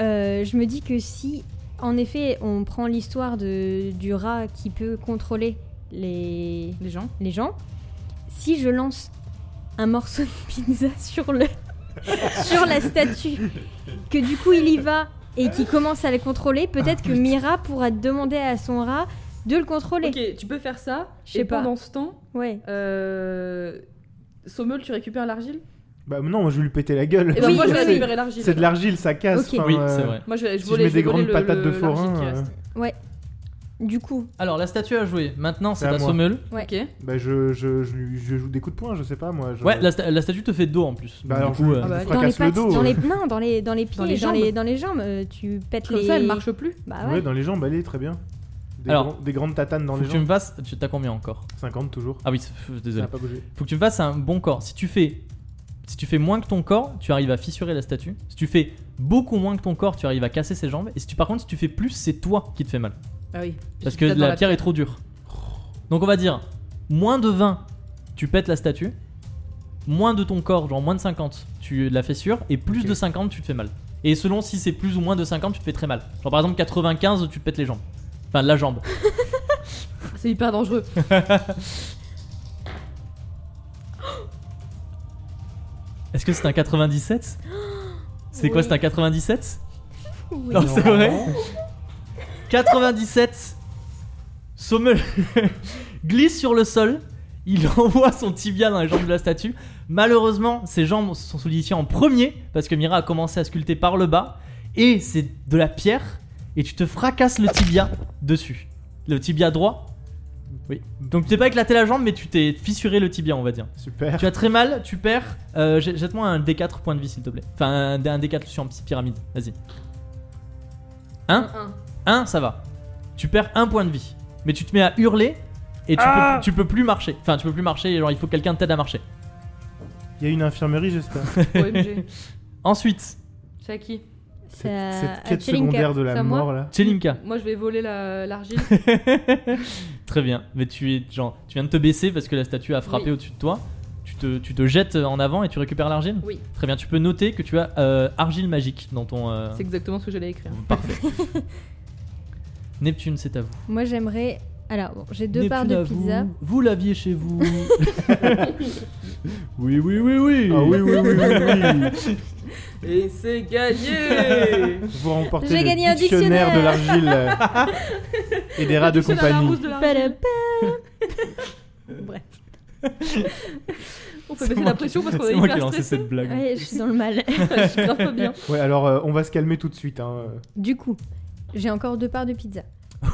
euh, je me dis que si, en effet, on prend l'histoire de- du rat qui peut contrôler les,
Les gens.
les gens, si je lance un morceau de pizza sur le sur la statue, que du coup il y va et qui commence à le contrôler, peut-être
Ah,
que Mira pourra demander à son rat de le contrôler.
Ok, tu peux faire ça.
Je sais
Et
pas.
pendant ce temps,
Ouais.
euh... Sommel, tu récupères l'argile
Bah non, moi je vais lui péter la gueule.
Et ben
Oui,
moi je vais
oui.
récupérer l'argile.
C'est de l'argile, ça casse.
Ok.
enfin,
Oui,
euh,
c'est vrai.
Moi je vais je
Si je
volais-
mets
je
des
volais
grandes
le-
patates
le-
de
l'argile
forain.
qui
euh,
reste.
Du coup,
Alors, la statue à jouer. Maintenant, c'est
C'est à
à
moi.
Sommel.
Ouais.
Ok.
Bah je, je, je, lui- je joue des coups de poing, je sais pas moi. je-
Ouais, la, sta- la statue te fait dos en plus.
Bah
Du
alors,
coup,
je-
euh,
Ah bah,
je
dans les
fracasse le
pattes,
dos.
dans les
euh.
non, dans les dans les pieds,
Dans
dans
les
les, dans
jambes.
les, jambes, euh, tu pètes
Comme
les.
ça, elle marche plus.
Bah
Ouais,
ouais.
dans les jambes, allez, très bien. Des,
Alors-
grands- des grandes tatanes dans
faut
les
que tu
jambes.
me fasses. Tu t'as combien encore
50 toujours.
Ah oui, c'est-
Ça
désolé.
a pas bougé.
Faut que tu me fasses un bon corps. Si tu fais, si tu fais moins que ton corps, tu arrives à fissurer la statue. Si tu fais beaucoup moins que ton corps, tu arrives à casser ses jambes. Et si tu, par contre, si tu fais plus, c'est toi qui te fais mal.
Ah oui.
Parce
Je
que
suis
la,
peut-être dans
pierre, est trop dure. Donc on va dire, moins de 20, tu pètes la statue. Moins de ton corps, genre moins de 50, tu la fessures. Et plus
Ok.
de 50, tu te fais mal. Et selon si c'est plus ou moins de 50, tu te fais très mal. Genre par exemple 95, tu te pètes les jambes. Enfin la jambe.
C'est hyper dangereux.
Est-ce que c'est un 97 C'est quoi,
Oui.
c'est un 97
Oui.
Non, c'est vrai 97 Sommel glisse sur le sol. Il envoie son tibia dans les jambes de la statue. Malheureusement, ses jambes se sont solidifiées en premier parce que Mira a commencé à sculpter par le bas. Et c'est de la pierre. Et tu te fracasses le tibia dessus. Le tibia droit. Oui. Donc tu t'es pas éclaté la jambe, mais tu t'es fissuré le tibia, on va dire.
Super.
Tu as très mal, tu perds. Euh, jet- Jette-moi un D4 point de vie, s'il te plaît. Enfin, un, D- un D4 sur pyramide. Vas-y. Hein
Un.
1, ça va. Tu perds un point de vie. Mais tu te mets à hurler et tu,
Ah
peux, tu peux plus marcher. Enfin, tu peux plus marcher, genre il faut que quelqu'un t'aide à marcher.
Il y a une infirmerie, j'espère.
OMG.
Ensuite,
C'est à qui
C'est à-
Cette
à
quête
Tchelinka.
secondaire de
C'est
la
à moi
mort, là.
Chelinka.
Moi, je vais voler la- l'argile.
très bien. Mais tu, es, genre, tu viens de te baisser parce que la statue a frappé
Oui.
au-dessus de toi. Tu te, tu te jettes en avant et tu récupères l'argile
oui,
Très bien, tu peux noter que tu as euh, argile magique dans ton. euh,
c'est exactement ce que j'allais écrire.
Parfait. Neptune, c'est à vous.
Moi, j'aimerais. Alors, bon, j'ai deux
Neptune
parts
à
de
vous.
pizza.
Vous, l'aviez chez vous. oui, oui, oui, oui.
Ah oui, oui, oui, oui, oui.
Et c'est gagné
Vous remportez
J'ai
le
gagné un
dictionnaire, de
dictionnaire.
l'argile euh, et des rats de
C'est dans la
compagnie.
rousse de l'argile.
Palapa.
On
C'est
fait baisser
moi
la
qui-
pression parce qu'on
c'est
est
moi qui ai
hyper
lancé
stressé.
cette blague.
Ouais, je suis dans le mal.
Je suis grave pas bien.
Ouais, alors euh, on va se calmer tout de suite. Hein.
Du coup, j'ai encore deux parts de pizza.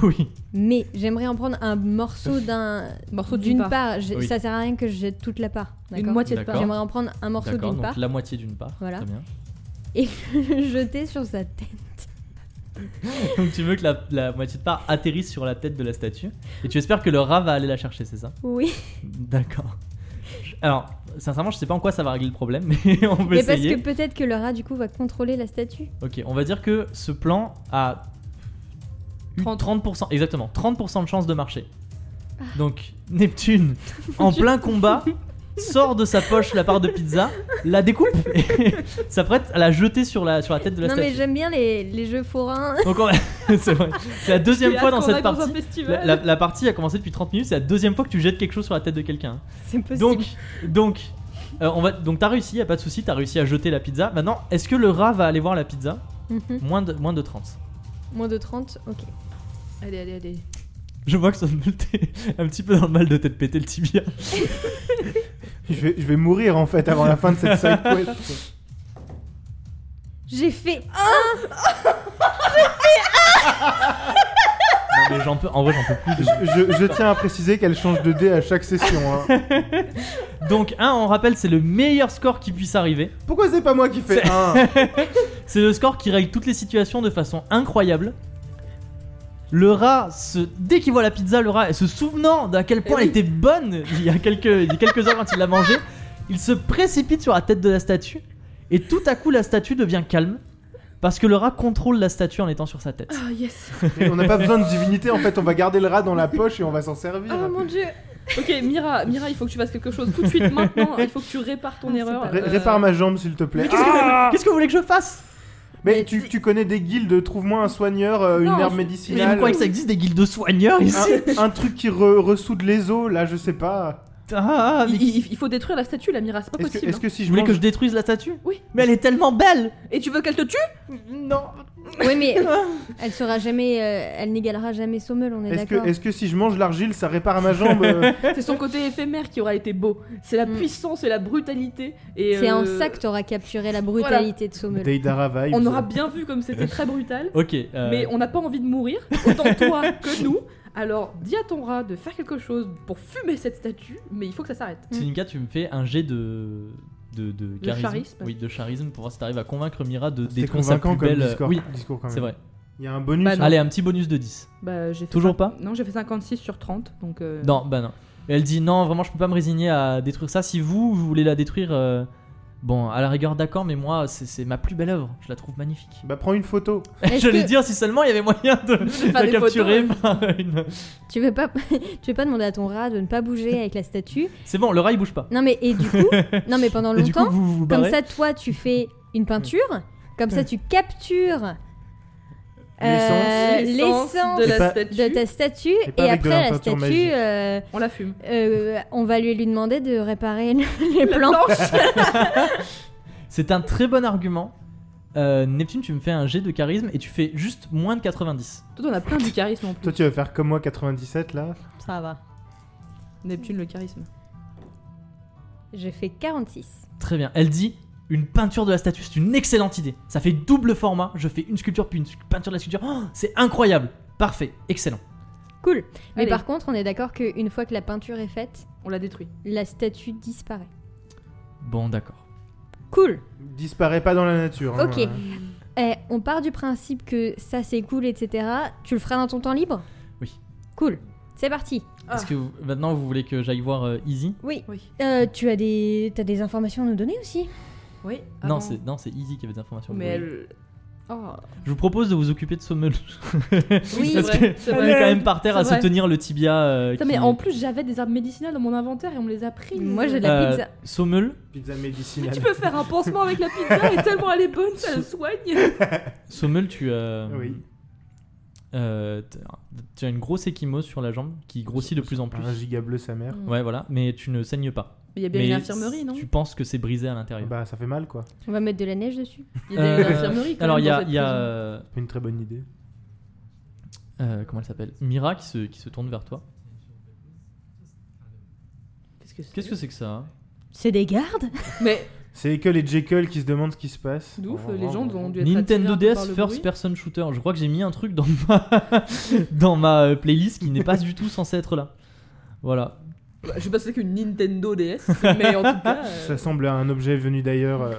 Oui.
Mais j'aimerais en prendre un morceau d'un
Morceau d'une
d'une part.
part.
J'ai-
Oui.
Ça sert à rien que je jette toute la part.
Une
D'accord.
moitié de
D'accord.
part.
J'aimerais en prendre un morceau
D'accord,
d'une
donc
part,
la moitié d'une part.
Voilà.
Très bien.
le jeter sur sa tête.
Donc tu veux que la, la moitié de part atterrisse sur la tête de la statue et tu espères que le rat va aller la chercher, c'est ça
Oui.
D'accord. Je- Alors, sincèrement, je sais pas en quoi ça va régler le problème, mais on peut
Mais parce
essayer.
que peut-être que le rat du coup va contrôler la statue.
Ok, on va dire que ce plan a eu
30.
30%, exactement, 30% de chance de marcher. Donc Neptune, en plein combat, sort de sa poche la part de pizza, la découpe et s'apprête à la jeter sur la, sur la tête de la
non mais
statue.
j'aime bien les, les jeux forains.
Donc on va- c'est vrai. C'est la deuxième
J'ai
fois
hâte
dans
qu'on
cette
aille un
partie. La,
festival.
la- la partie a commencé depuis 30 minutes, c'est la deuxième fois que tu jettes quelque chose sur la tête de quelqu'un.
C'est possible.
Donc, donc, euh, on va, donc t'as réussi, y a pas de souci, t'as réussi à jeter la pizza. Maintenant, est-ce que le rat va aller voir la pizza
Mhm.
Moins de, moins de 30.
Moins de 30, ok.
Allez, allez, allez.
Je vois que ça me t'es un petit peu dans le mal de t'être pété le tibia.
Je vais, je vais mourir en fait avant la fin de cette side quest.
J'ai fait
Ah.
Non, mais j'en peux, en vrai, j'en peux plus.
Je, je- je tiens à préciser qu'elle change de dé à chaque session. hein.
de- Donc, 1, on rappelle, c'est le meilleur score qui puisse arriver.
Pourquoi c'est pas moi qui fais
C'est-
un
C'est le score qui règle toutes les situations de façon incroyable. Le rat, se... dès qu'il voit la pizza, le rat, se souvenant d'à quel point
Eh
elle
oui.
était bonne il y a quelques, il y a quelques heures quand il l'a mangée, il se précipite sur la tête de la statue. Et tout à coup, la statue devient calme. Parce que le rat contrôle la statue en étant sur sa tête.
Ah, yes.
Mais On n'a pas besoin de divinité en fait, on va garder le rat dans la poche et on va s'en servir.
Ah,
Oh mon dieu
Ok, Mira, Mira, il faut que tu fasses quelque chose tout de suite maintenant. Il faut que tu répares ton
Ah,
erreur.
c'est
Ré-
Euh,
Répare ma jambe s'il te plaît. Ah,
Qu'est-ce que-
Ah.
qu'est-ce que vous voulez que je fasse
Mais tu, tu connais des guildes, trouve-moi un soigneur, euh,
Non,
une herbe
je-
Mais vous
médicinale,
euh,
croyez que ça existe des guildes de
Ah.
soigneurs ici
un, un truc qui re- ressoude les os, là je sais pas.
Ah, mais
Il, il- il faut détruire la statue, la Mira, c'est pas
Est-ce que,
possible.
est-ce que si
Je
je
voulais
mange...
que je détruise la statue
Oui.
Mais elle est tellement belle
hein. Et tu veux qu'elle te tue
Non
Oui mais elle sera jamais, euh, elle n'égalera jamais Sommel, on est,
Est-ce que,
d'accord.
est-ce que si je mange l'argile, ça répare ma jambe euh,
C'est son côté éphémère qui aura été beau. C'est la
Mm.
puissance et la brutalité. Et
C'est en
euh,
ça que t'auras capturé la brutalité de Sommel.
Deidara vibes.
On aura bien vu comme c'était très brutal.
Ok, euh,
Mais on n'a pas envie de mourir, autant toi que nous. Alors, dis à ton rat de faire quelque chose pour fumer cette statue, mais il faut que ça s'arrête.
Tsinka, tu me fais un jet de. De, de, charisme.
charisme.
Oui, de charisme pour voir si t'arrives à convaincre Mira de
C'était
détruire sa
convaincant
plus
comme
belle. euh,
discours,
oui,
discours quand même.
c'est vrai.
Il y a un bonus.
Bah non.
hein.
Allez, un petit bonus de 10.
Bah, j'ai fait
Toujours
cin-
pas
Non, j'ai fait 56 sur 30, donc. euh,
Non, bah non. Et elle dit non, vraiment, je peux pas me résigner à détruire ça. Si vous, vous voulez la détruire, euh, bon, à la rigueur, d'accord, mais moi, c'est c'est ma plus belle œuvre. Je la trouve magnifique.
Bah prends une photo.
Est-ce
J'allais
que-
dire hein, si seulement il y avait moyen de,
faire
la
des photos,
capturer
ouais.
par une.
Tu veux pas, tu veux pas demander à ton rat de ne pas bouger avec la statue.
C'est bon, le rat il bouge pas.
Non mais et du coup, non mais pendant
Et du coup,
longtemps,
vous vous
comme
barrez.
ça toi tu fais une peinture, comme ça tu captures euh,
L'essence de
Et
la
pas-
statue.
de ta statue
Et pas
et
avec de
après
la
la
peinture
statue,
magique.
euh,
On la fume.
euh, on va lui lui demander de réparer les planches.
planche.
C'est un très bon argument. Euh, Neptune, tu me fais un jet de charisme et tu fais juste moins de 90.
Toi, on a plein du charisme en
Toi,
plus.
tu vas faire comme moi 97 là.
Ça va. Neptune, le charisme.
Je fais 46.
Très bien. Elle dit Une peinture de la statue, c'est une excellente idée. Ça fait double format. Je fais une sculpture puis une scu- peinture de la sculpture. Oh, c'est incroyable. Parfait. Excellent.
Cool. Mais
Allez.
par contre, on est d'accord qu'une fois que la peinture est faite,
On l'a détruit.
la statue disparaît.
Bon, d'accord.
Cool.
Disparaît pas dans la nature. hein.
Ok. Eh, on part du principe que ça c'est cool, etc. Tu le feras dans ton temps libre
Oui.
Cool. C'est parti.
Ah.
Est-ce que vous- maintenant vous voulez que j'aille voir euh, Easy
Oui.
Oui.
Euh, tu as des, t'as des informations à nous donner aussi
Oui.
Non,
avant.
c'est non, c'est Easy qui avait des informations.
Ah Mais
Vous voulez-
elle. Oh.
Je vous propose de vous occuper de Sommel.
Oui,
parce
c'est
que
vrai, c'est
elle est
vrai.
quand même par terre à
C'est vrai.
se tenir le tibia. euh,
Putain,
qui-
mais en plus, j'avais des arbres médicinales dans mon inventaire et on me les a prises.
Moi j'ai de la
Euh,
pizza.
Sommel,
Pizza
Mais
médicinale.
tu peux faire un pansement avec la pizza et tellement elle est bonne, ça le soigne.
Sommel, tu as,
Oui.
euh, t- tu as une grosse échymose sur la jambe qui grossit de plus en plus.
Un giga bleu, sa mère.
Ouais, voilà, mais tu ne saignes pas.
Il y a bien
mais
une infirmerie, non
Tu penses que c'est brisé à l'intérieur.
Bah, ça fait mal quoi.
On va mettre de la neige dessus.
Il y a bien une
Euh,
infirmerie. Quand
Alors, il y
même, dans
a,
cette
il y a,
prison.
euh,
C'est Pas une très bonne idée.
euh, comment elle s'appelle Mira qui se, qui se tourne vers toi.
Qu'est-ce que c'est
Qu'est-ce que c'est que ça hein
C'est des gardes
Mais
C'est Ekel et Jekyll qui se demandent ce qui se passe. Oh,
de ouf, les gens ont dû être.
Nintendo
attirés
DS
un peu par le
First
bruit.
Person Shooter. Je crois que j'ai mis un truc dans ma, dans ma euh, playlist qui n'est pas du tout censé être là. Voilà.
Bah, Je sais pas si c'est qu'une Nintendo DS, mais en tout cas. euh,
Ça semble à un objet venu d'ailleurs, euh,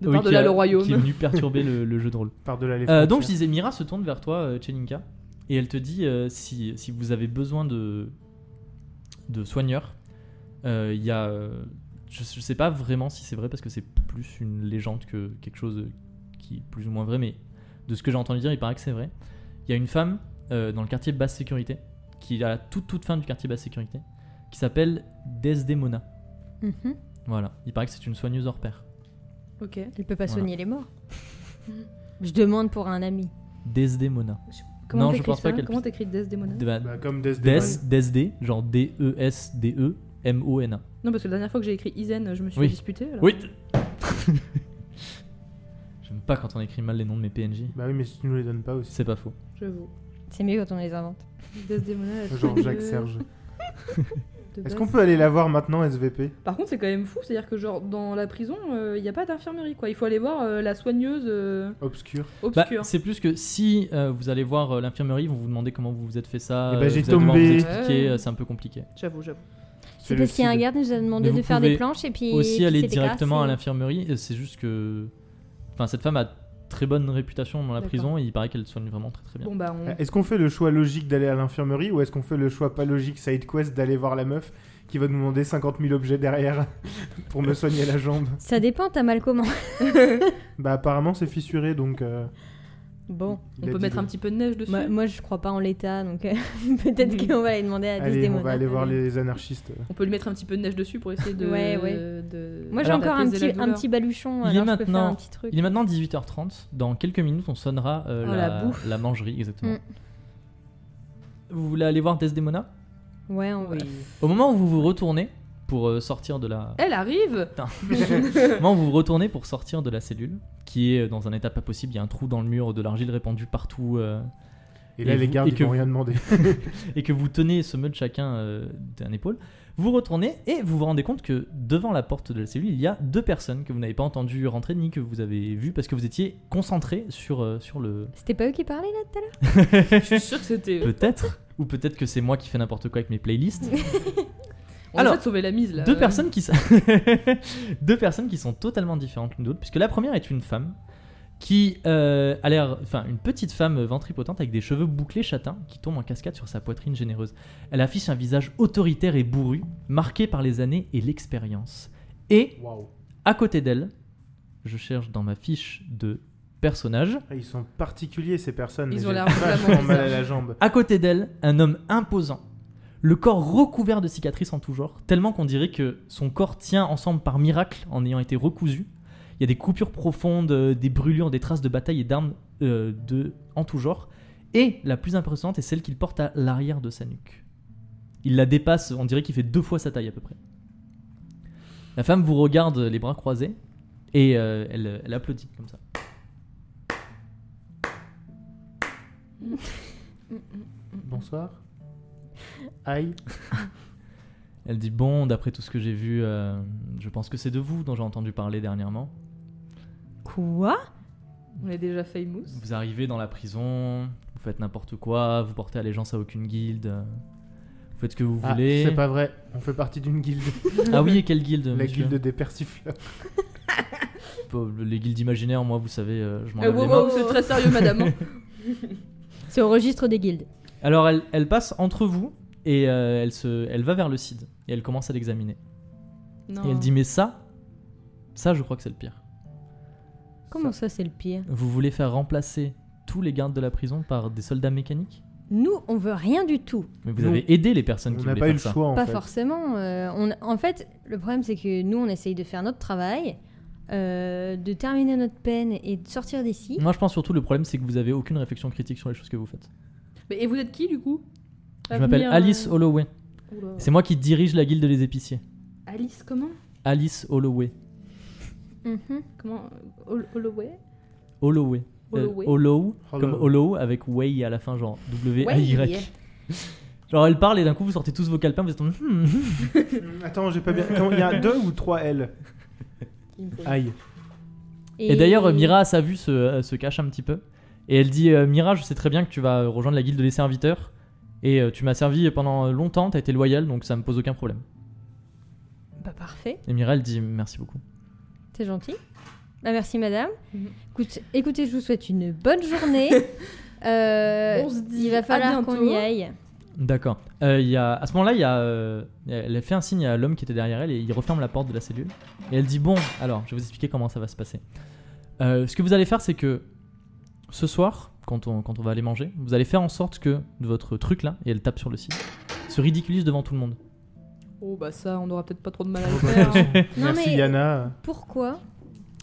de
Oui,
par de
qui
là
a-
le royaume.
Qui est venu perturber le, le jeu de rôle.
par-delà les
Euh,
frontières.
donc je disais, Mira se tourne vers toi, euh, Chelinka, et elle te dit euh, si, si vous avez besoin de, de soigneurs, euh, il y a. euh, je, je sais pas vraiment si c'est vrai parce que c'est plus une légende que quelque chose qui est plus ou moins vrai, mais de ce que j'ai entendu dire, il paraît que c'est vrai. Il y a une femme euh, dans le quartier basse sécurité, qui est à la toute toute fin du quartier basse sécurité, qui s'appelle Desdemona.
Mhm.
Voilà, il paraît que c'est une soigneuse hors pair.
Ok.
Elle peut pas
Voilà.
soigner les morts. je demande pour un ami.
Desdemona.
Comment
Non, je
t'écris
pense pas
ça
qu'elle
Comment t'écris Desdemona
Bah,
Bah, comme Death
Des, Desd, genre E D-E-S-D-E. M-O-N-A.
Non, parce que la dernière fois que j'ai écrit Isen, je me suis
Oui.
disputée. alors.
Oui J'aime pas quand on écrit mal les noms de mes PNJ.
Bah oui, mais si tu nous les donnes pas aussi.
C'est pas faux.
J'avoue.
C'est mieux quand on les invente.
Desdemona. elle
Genre
fait
Jacques
de-
Serge.
de
Est-ce
base.
qu'on peut aller la voir maintenant, SVP
Par contre, c'est quand même fou, c'est-à-dire que genre dans la prison, euh, il n'y a pas d'infirmerie quoi. Il faut aller voir euh, la soigneuse euh,
Obscur.
Bah,
obscure.
c'est plus que si euh, vous allez voir euh, l'infirmerie, ils vont vous demander comment vous vous êtes fait ça.
Eh ben,
euh,
j'ai
vous allez devoir
tombé.
vous expliquer,
Ouais.
euh, c'est un peu compliqué.
J'avoue, j'avoue.
C'est
le
parce qu'il y a un
cid.
garde qui nous a demandé
Mais
de
vous
faire des
pouvez
planches et puis.
Aussi
qui
aller
s'était
directement à
cassé.
l'infirmerie, euh, c'est juste que. Enfin, cette femme a très bonne réputation dans la
D'accord.
prison et il paraît qu'elle soigne vraiment très très bien.
Bon bah on.
Est-ce qu'on fait le choix logique d'aller à l'infirmerie ou est-ce qu'on fait le choix pas logique side quest d'aller voir la meuf qui va nous demander 50 000 objets derrière pour me soigner la jambe
Ça dépend, t'as mal comment
Bah apparemment c'est fissuré donc. euh,
Bon.
il a
On peut
dit
mettre
de-
un petit peu de neige
Bah,
dessus.
Moi, moi, je crois pas en l'état, donc euh, peut-être
Mhm.
qu'on va aller demander à
Allez, on va
Desdemona.
aller voir
allez.
les anarchistes.
On peut lui mettre un petit peu de neige dessus pour essayer de.
Ouais, ouais.
de-
Moi, j'ai
Alors,
encore un
d'apaiser la
petit, un
douleur.
petit baluchon,
Il
alors
est
je peux faire
maintenant-
un petit truc.
Il est maintenant 18h30. Dans quelques minutes, on sonnera euh,
Oh,
la,
la bouffe.
la mangerie, exactement.
Mm.
Vous voulez aller voir Desdemona
Ouais, on va.
Oui.
Au moment où vous vous retournez pour euh, sortir de la
Elle arrive
Putain. au moment où vous vous retournez pour sortir de la cellule qui est euh, dans un état pas possible, il y a un trou dans le mur, de l'argile répandue partout euh,
Et là
Et
les
vous-
gardes
et
ils
que
vont
vous-
rien demander.
et que vous tenez ce meule chacun euh, d'un épaule. Vous retournez et vous vous rendez compte que devant la porte de la cellule, il y a deux personnes que vous n'avez pas entendu rentrer ni que vous avez vues parce que vous étiez concentré sur euh, sur le
C'était pas eux qui parlaient là tout à l'heure
Je suis sûre que c'était. euh,
peut-être ou peut-être que c'est moi qui fais n'importe quoi avec mes playlists.
On
Alors,
Alors, essaie de sauver la mise là.
Deux
Euh,
personnes qui sont... deux personnes qui sont totalement différentes l'une de l'autre, puisque la première est une femme qui euh, a l'air, enfin une petite femme ventripotente avec des cheveux bouclés châtains qui tombe en cascade sur sa poitrine généreuse. Elle affiche un visage autoritaire et bourru, marqué par les années et l'expérience. Et
Waouh.
à côté d'elle, je cherche dans ma fiche de personnage,
Ils sont particuliers ces personnes.
Ils
mais
ont
j'ai
l'air
vachement
vraiment
mal à
bizarres.
la jambe.
à côté d'elle, un homme imposant, le corps recouvert de cicatrices en tout genre, tellement qu'on dirait que son corps tient ensemble par miracle en ayant été recousu. Il y a des coupures profondes, euh, des brûlures, des traces de bataille et d'armes euh, de, en tout genre. Et la plus impressionnante est celle qu'il porte à l'arrière de sa nuque. Il la dépasse, on dirait qu'il fait deux fois sa taille à peu près. La femme vous regarde les bras croisés Et euh, elle, elle applaudit comme ça.
Bonsoir. Aïe.
Elle dit Bon, d'après tout ce que j'ai vu, euh, je pense que c'est de vous dont j'ai entendu parler dernièrement.
Quoi
On est déjà famous.
Vous arrivez dans la prison, vous faites n'importe quoi, vous portez allégeance à aucune guilde, euh, vous faites ce que vous
Ah,
voulez.
c'est pas vrai. On fait partie d'une guilde.
Ah oui, et quelle guilde
la
monsieur
guilde des persifleurs.
Pauvre- Les guildes imaginaires, moi, vous savez, euh, je m'en
Euh,
lave
wow,
les mains.
wow, c'est très sérieux, madame. hein.
C'est au registre des guildes.
Alors elle, elle passe entre vous et euh, elle, se, elle va vers le CID et elle commence à l'examiner.
Non.
Et elle dit mais ça, ça je crois que c'est le pire.
Comment ça, c'est le pire
Vous voulez faire remplacer tous les gardes de la prison par des soldats mécaniques
Nous, on veut rien du tout.
Mais vous
Non.
avez aidé les personnes
On
qui
n'a
voulaient
pas eu
faire
le
ça.
choix en
Pas
fait.
forcément. euh, on, en fait, le problème, c'est que nous, on essaye de faire notre travail, euh, de terminer notre peine et de sortir d'ici.
Moi je pense surtout le problème c'est que vous avez aucune réflexion critique sur les choses que vous faites.
Mais- Et vous êtes qui, du coup
Je m'appelle
Avenir, euh,
Alice Holloway.
oula.
C'est moi qui dirige la guilde des épiciers.
Alice, comment
Alice Holloway.
Mhm.
Comment Hol- Holloway
Holloway. Euh,
Holloway.
Hollow,
Hollow.
comme Hollow avec Way à la fin, genre
Way.
W-A-Y. Genre elle parle et d'un coup vous sortez tous vos calepins, vous êtes en... Hmm, hmm.
Hum, Attends, j'ai pas bien. Comment- Il y a deux ou trois L Aïe.
Et, d'ailleurs, euh, Mira, à sa vue, se, euh, se cache un petit peu. Et elle dit euh, Mira, je sais très bien que tu vas rejoindre la guilde des serviteurs. Et euh, tu m'as servi pendant longtemps, t'as été loyal, donc ça me pose aucun problème.
Bah, parfait.
Et Mira, elle dit Merci beaucoup.
C'est gentil. Bah, merci, madame.
Mhm.
Écoute- écoutez, je vous souhaite une bonne journée. Euh,
On se dit
il va
à
falloir qu'on
bientôt.
y aille.
D'accord. Euh, il y a- à ce moment-là, il y a, euh, elle a fait un signe à l'homme qui était derrière elle et il referme la porte de la cellule. Et elle dit Bon, alors, je vais vous expliquer comment ça va se passer. Euh, ce que vous allez faire, c'est que ce soir, quand on, quand on va aller manger, vous allez faire en sorte que votre truc là, et elle tape sur le site, se ridiculise devant tout le monde.
Oh, bah ça, on aura peut-être pas trop de mal à
Oh,
le
bah,
faire. hein.
Non,
Merci
mais-
Yana.
Pourquoi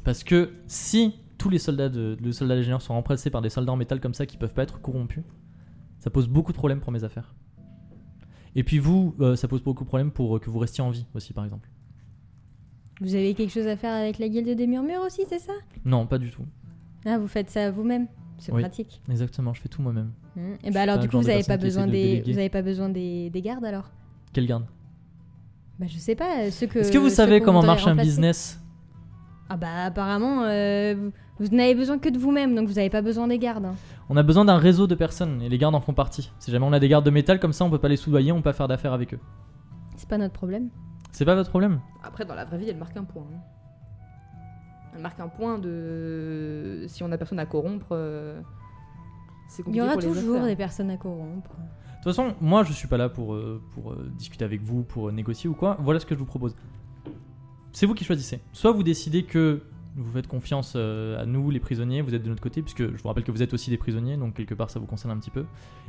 Parce que si tous les soldats de les soldats légionnaires sont remplacés par des soldats en métal comme ça qui peuvent pas être corrompus, ça pose beaucoup de problèmes pour mes affaires. Et puis vous, euh, ça pose beaucoup de problèmes pour euh, que vous restiez en vie aussi, par exemple.
Vous avez quelque chose à faire avec la guilde des murmures aussi, c'est ça
Non, pas du tout.
Ah, vous faites ça vous-même. C'est
Oui.
pratique.
Exactement, je fais tout moi-même.
Mhm. Et
suis
bah alors
pas
du
le
coup
genre
vous
de
avez pas
personne qui essaie
besoin
de
des
déléguer.
vous avez pas besoin des, des gardes alors
Quelle garde
Bah je sais pas euh, ceux que
Est-ce que vous
ceux
savez
qu'on
comment
voudrait
marche un
remplacer.
business
Ah bah apparemment euh, vous, vous n'avez besoin que de vous-même donc vous avez pas besoin des gardes. hein.
On a besoin d'un réseau de personnes et les gardes en font partie. Si jamais on a des gardes de métal comme ça, on peut pas les soudoyer, on peut pas faire d'affaires avec eux.
C'est pas notre problème.
C'est pas votre problème
Après, dans la vraie vie, elle marque un point. hein. Elle marque un point de. Si on a personne à corrompre, euh, c'est
Il
compliqué.
y aura
pour les
toujours
affaires.
des personnes à corrompre.
De toute façon, moi je suis pas là pour, euh, pour euh, discuter avec vous, pour euh, négocier ou quoi. Voilà ce que je vous propose. C'est vous qui choisissez. Soit vous décidez que vous faites confiance euh, à nous, les prisonniers, vous êtes de notre côté, puisque je vous rappelle que vous êtes aussi des prisonniers, donc quelque part ça vous concerne un petit peu.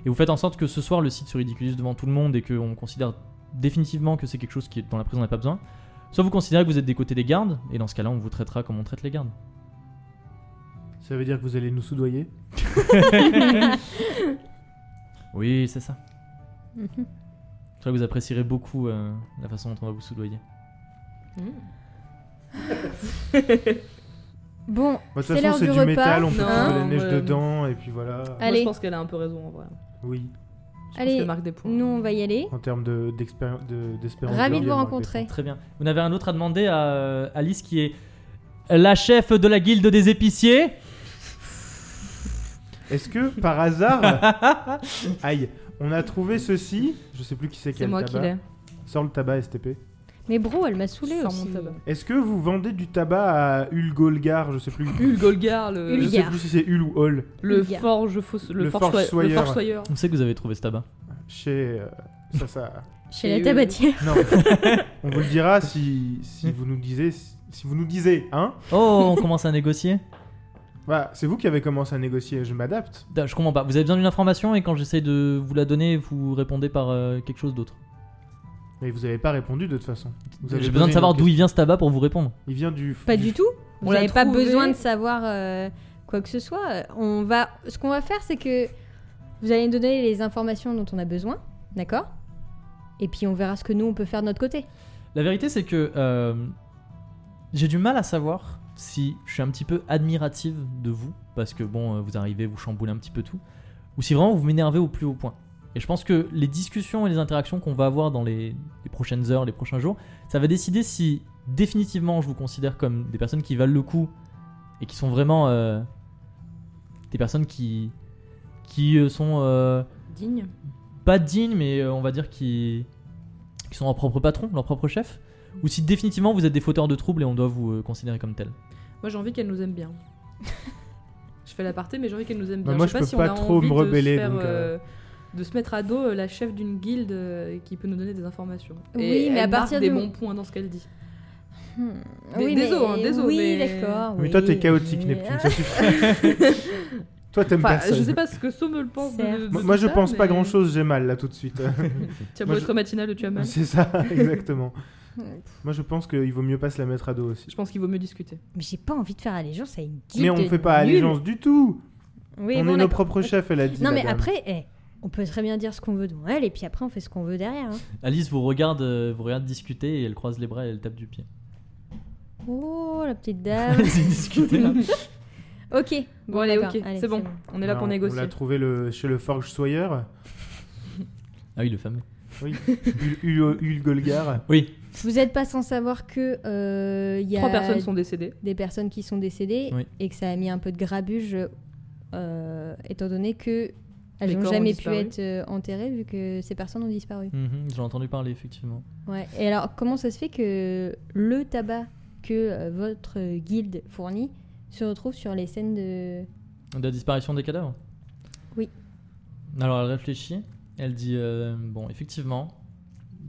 Et vous faites en sorte que ce soir le site se ridiculise devant tout le monde et qu'on considère définitivement que c'est quelque chose qui, dans la prison, on n'a pas besoin. Soit vous considérez que vous êtes des côtés des gardes, et dans ce cas-là, on vous traitera comme on traite les gardes.
Ça veut dire que vous allez nous soudoyer
Oui, c'est ça.
Mhm.
Je crois que vous apprécierez beaucoup euh, la façon dont on va vous soudoyer.
Mmh.
Bon,
Bah, De toute
C'est l'heure
façon, c'est
du
du
repas. Euh,
métal, on peut
Non,
foutre de la neige
euh,
dedans, et puis voilà.
Moi,
Allez.
je pense qu'elle a un peu raison en vrai.
Oui,
Je
Allez,
pense qu'elle marque des points.
nous on va y aller.
en termes de- d'expéri- de- d'espérance.
Ravi
vie,
de vous
elle marque
rencontrer.
Très bien. Vous n'avez un autre à demander à euh, Alice qui est la chef de la guilde des épiciers.
des points. Est-ce que, par hasard, aïe, on a trouvé ceci Je sais plus qui c'est qui
C'est
a le
moi qui l'ai.
tabac. Sans le tabac, STP.
Mais bro, elle m'a saoulé
Sans
aussi.
mon tabac.
Est-ce que vous vendez du tabac à Ulgolgar Je sais plus.
Hulgolgar, le,
Je
Hulgar.
sais plus si c'est Ul ou Hall.
le
Hulgar.
forge fausse- le,
Le
forge
forge
soi- le
soyeur.
forge soyeur.
On sait que vous avez trouvé ce tabac.
Chez. euh, ça, ça.
Chez la
Et, euh,
tabatière.
Non. on vous le dira si, si vous nous disiez. Si vous nous disiez, hein
Oh, on commence à négocier.
Voilà, c'est vous qui avez commencé à négocier, je m'adapte.
Putain, Je comprends pas. Vous avez besoin d'une information et quand j'essaie de vous la donner, vous répondez par euh, quelque chose d'autre.
Mais vous n'avez pas répondu de toute façon. Vous avez
J'ai
posé
besoin de
une
savoir
question.
d'où il vient ce tabac pour vous répondre.
Il vient du.
Pas
du
du tout.
On
Vous
l'a
n'avez pas
trouvé.
besoin de savoir euh, quoi que ce soit. Euh, On va, ce qu'on va faire, c'est que vous allez nous donner les informations dont on a besoin, d'accord Et puis on verra ce que nous on peut faire de notre côté.
La vérité, c'est que euh, j'ai du mal à savoir si je suis un petit peu admirative de vous, parce que bon, euh, vous arrivez, vous chamboulez un petit peu tout, ou si vraiment vous m'énervez au plus haut point. Et je pense que les discussions et les interactions qu'on va avoir dans les, les prochaines heures, les prochains jours, ça va décider si définitivement je vous considère comme des personnes qui valent le coup et qui sont vraiment euh, des personnes qui, qui euh, sont euh,
Digne.
pas dignes, mais euh, on va dire qui, qui sont leur propre patron, leur propre chef, ou si définitivement vous êtes des fauteurs de troubles et on doit vous euh, considérer comme tel.
Moi, j'ai envie qu'elle nous aime bien. je fais l'aparté, mais j'ai envie qu'elle nous aime
Bah,
bien.
moi,
sais
je
pas
peux
si
pas
on a
trop
envie
me rebeller,
de se, faire,
donc, euh,
euh, de se mettre à dos euh, la chef d'une guilde euh, qui peut nous donner des informations.
Oui,
Et
mais à
elle marque
partir
des
du-
bons points dans ce qu'elle dit.
Hmm.
Dé- désolé, hein, désolé,
Oui,
mais-
d'accord.
Mais
oui. Ah,
toi, t'es chaotique,
Oui.
Neptune, ça suffit. toi, t'aimes
Enfin,
personne.
je sais pas ce que Somme le pense. de- de- de
Moi, moi,
tout
je
ça,
pense pas
mais-
grand chose, j'ai mal là tout de suite.
Tu as
Moi,
beau
je-
être matinal, tu as mal.
c'est ça, exactement. moi, je pense qu'il vaut mieux pas se la mettre à dos aussi.
Je pense qu'il vaut mieux discuter.
Mais j'ai pas envie de faire allégeance à une guilde.
Mais on fait pas
nulle.
allégeance du tout.
Oui,
on
bon,
est nos
d'accord.
propres
Ok.
chefs, elle a dit.
Non,
la
mais
dame.
après, eh, on peut très bien dire ce qu'on veut devant elle et puis après, on fait ce qu'on veut derrière. hein.
Alice vous regarde, euh, vous regarde discuter et elle croise les bras et elle tape du pied.
Oh, la petite dame.
Allez-y, discutez là.
ok.
Bon, allez,
d'accord,
ok,
allez,
c'est bon. On est là
Ah,
pour
On
négocier.
l'a trouvé le... chez le Forge Sawyer.
Ah oui, le fameux.
Oui. Ul- Ul- Ulgolgar.
Oui,
Vous n'êtes pas sans savoir que euh, il y a
Trois personnes sont décédées.
des personnes qui sont décédées
Oui.
et que ça a mis un peu de grabuge, euh, étant donné que
Les
elles n'ont
corps ont
jamais pu
disparu.
être euh, enterrées vu que ces personnes ont disparu.
Mhm, j'ai entendu parler effectivement.
Ouais. Et alors, comment ça se fait que le tabac que euh, votre euh, guilde fournit se retrouve sur les scènes de
De la disparition des cadavres
Oui.
Alors elle réfléchit, elle dit euh, Bon, effectivement,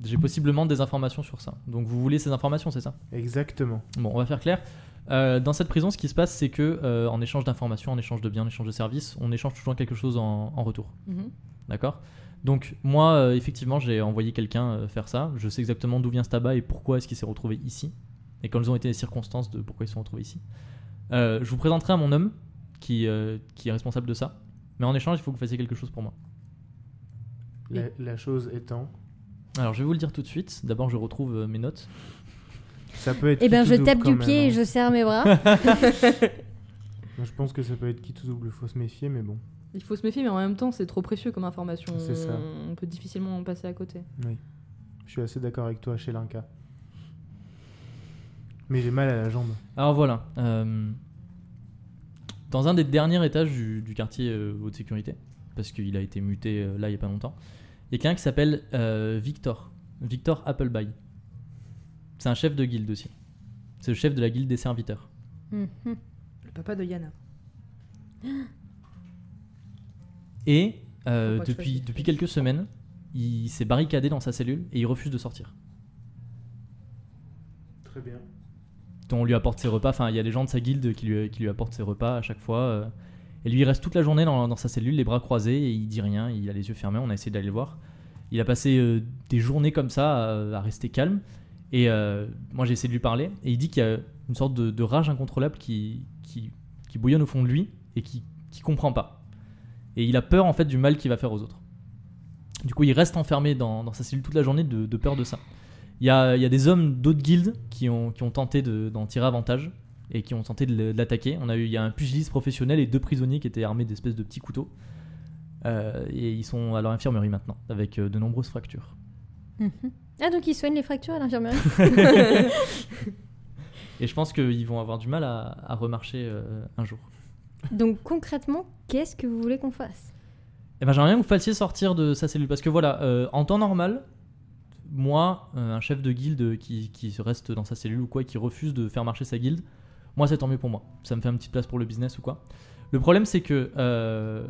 j'ai possiblement des informations sur ça. Donc vous voulez ces informations, c'est ça
Exactement.
Bon, on va faire clair. Euh, dans cette prison, ce qui se passe, c'est que euh, en échange d'informations, en échange de biens, en échange de services, on échange toujours quelque chose en, en retour.
Mhm.
D'accord Donc, moi, euh, effectivement, j'ai envoyé quelqu'un euh, faire ça. Je sais exactement d'où vient ce tabac et pourquoi est-ce qu'il s'est retrouvé ici. Et quelles ont été les circonstances de pourquoi ils se sont retrouvés ici. Euh, je vous présenterai à mon homme qui, euh, qui est responsable de ça. Mais en échange, il faut que vous fassiez quelque chose pour moi.
La, la chose étant,
Alors, je vais vous le dire tout de suite. D'abord, je retrouve euh, mes notes.
ça peut être.
Eh ben,
qui
je
tout
tape
double
du
quand
pied
même,
et
hein.
je serre mes bras.
Moi, je pense que ça peut être qui tout double, faut se méfier, mais bon.
Il faut se méfier, mais en même temps, c'est trop précieux comme information.
C'est ça.
On peut difficilement en passer à côté.
Je suis assez d'accord avec toi chez l'Inca. Mais j'ai mal à la jambe.
Alors voilà. euh, dans un des derniers étages du, du quartier euh, haute sécurité, parce qu'il a été muté euh, là il n'y a pas longtemps, il y a quelqu'un qui s'appelle euh, Victor. Victor Appleby. C'est un chef de guilde aussi. C'est le chef de la guilde des serviteurs.
Mhm.
Le papa de Yana.
Et euh,
Faut pas que je
depuis,
fasse-
depuis quelques semaines, il s'est barricadé dans sa cellule et il refuse de sortir.
Très bien.
on lui apporte ses repas. Enfin, il y a les gens de sa guilde qui lui, qui lui apportent ses repas à chaque fois. euh. et lui, il reste toute la journée dans, dans sa cellule, les bras croisés, et il dit rien, il a les yeux fermés. On a essayé d'aller le voir. Il a passé euh, des journées comme ça à, à rester calme. Et euh, moi, j'ai essayé de lui parler. Et il dit qu'il y a une sorte de, de rage incontrôlable qui, qui, qui bouillonne au fond de lui et qui, qui comprend pas. Et il a peur en fait du mal qu'il va faire aux autres. Du coup, il reste enfermé dans, dans sa cellule toute la journée de, de peur de ça. Il y a, il y a des hommes d'autres guildes qui ont, qui ont tenté de- d'en tirer avantage et qui ont tenté de le- de l'attaquer. On a eu, il y a un pugiliste professionnel et deux prisonniers qui étaient armés d'espèces de petits couteaux. Euh, et ils sont à leur infirmerie maintenant, avec euh, de nombreuses fractures.
Mhm. Ah, donc ils soignent les fractures à l'infirmerie
Et je pense qu'ils vont avoir du mal à, à remarcher euh, un jour.
Donc concrètement, qu'est-ce que vous voulez qu'on fasse
Eh ben, j'aimerais bien que vous fassiez sortir de sa cellule. Parce que voilà, euh, en temps normal, moi, euh, un chef de guilde qui, qui se reste dans sa cellule ou quoi, qui refuse de faire marcher sa guilde, moi, c'est tant mieux pour moi. Ça me fait une petite place pour le business ou quoi. Le problème, c'est que euh,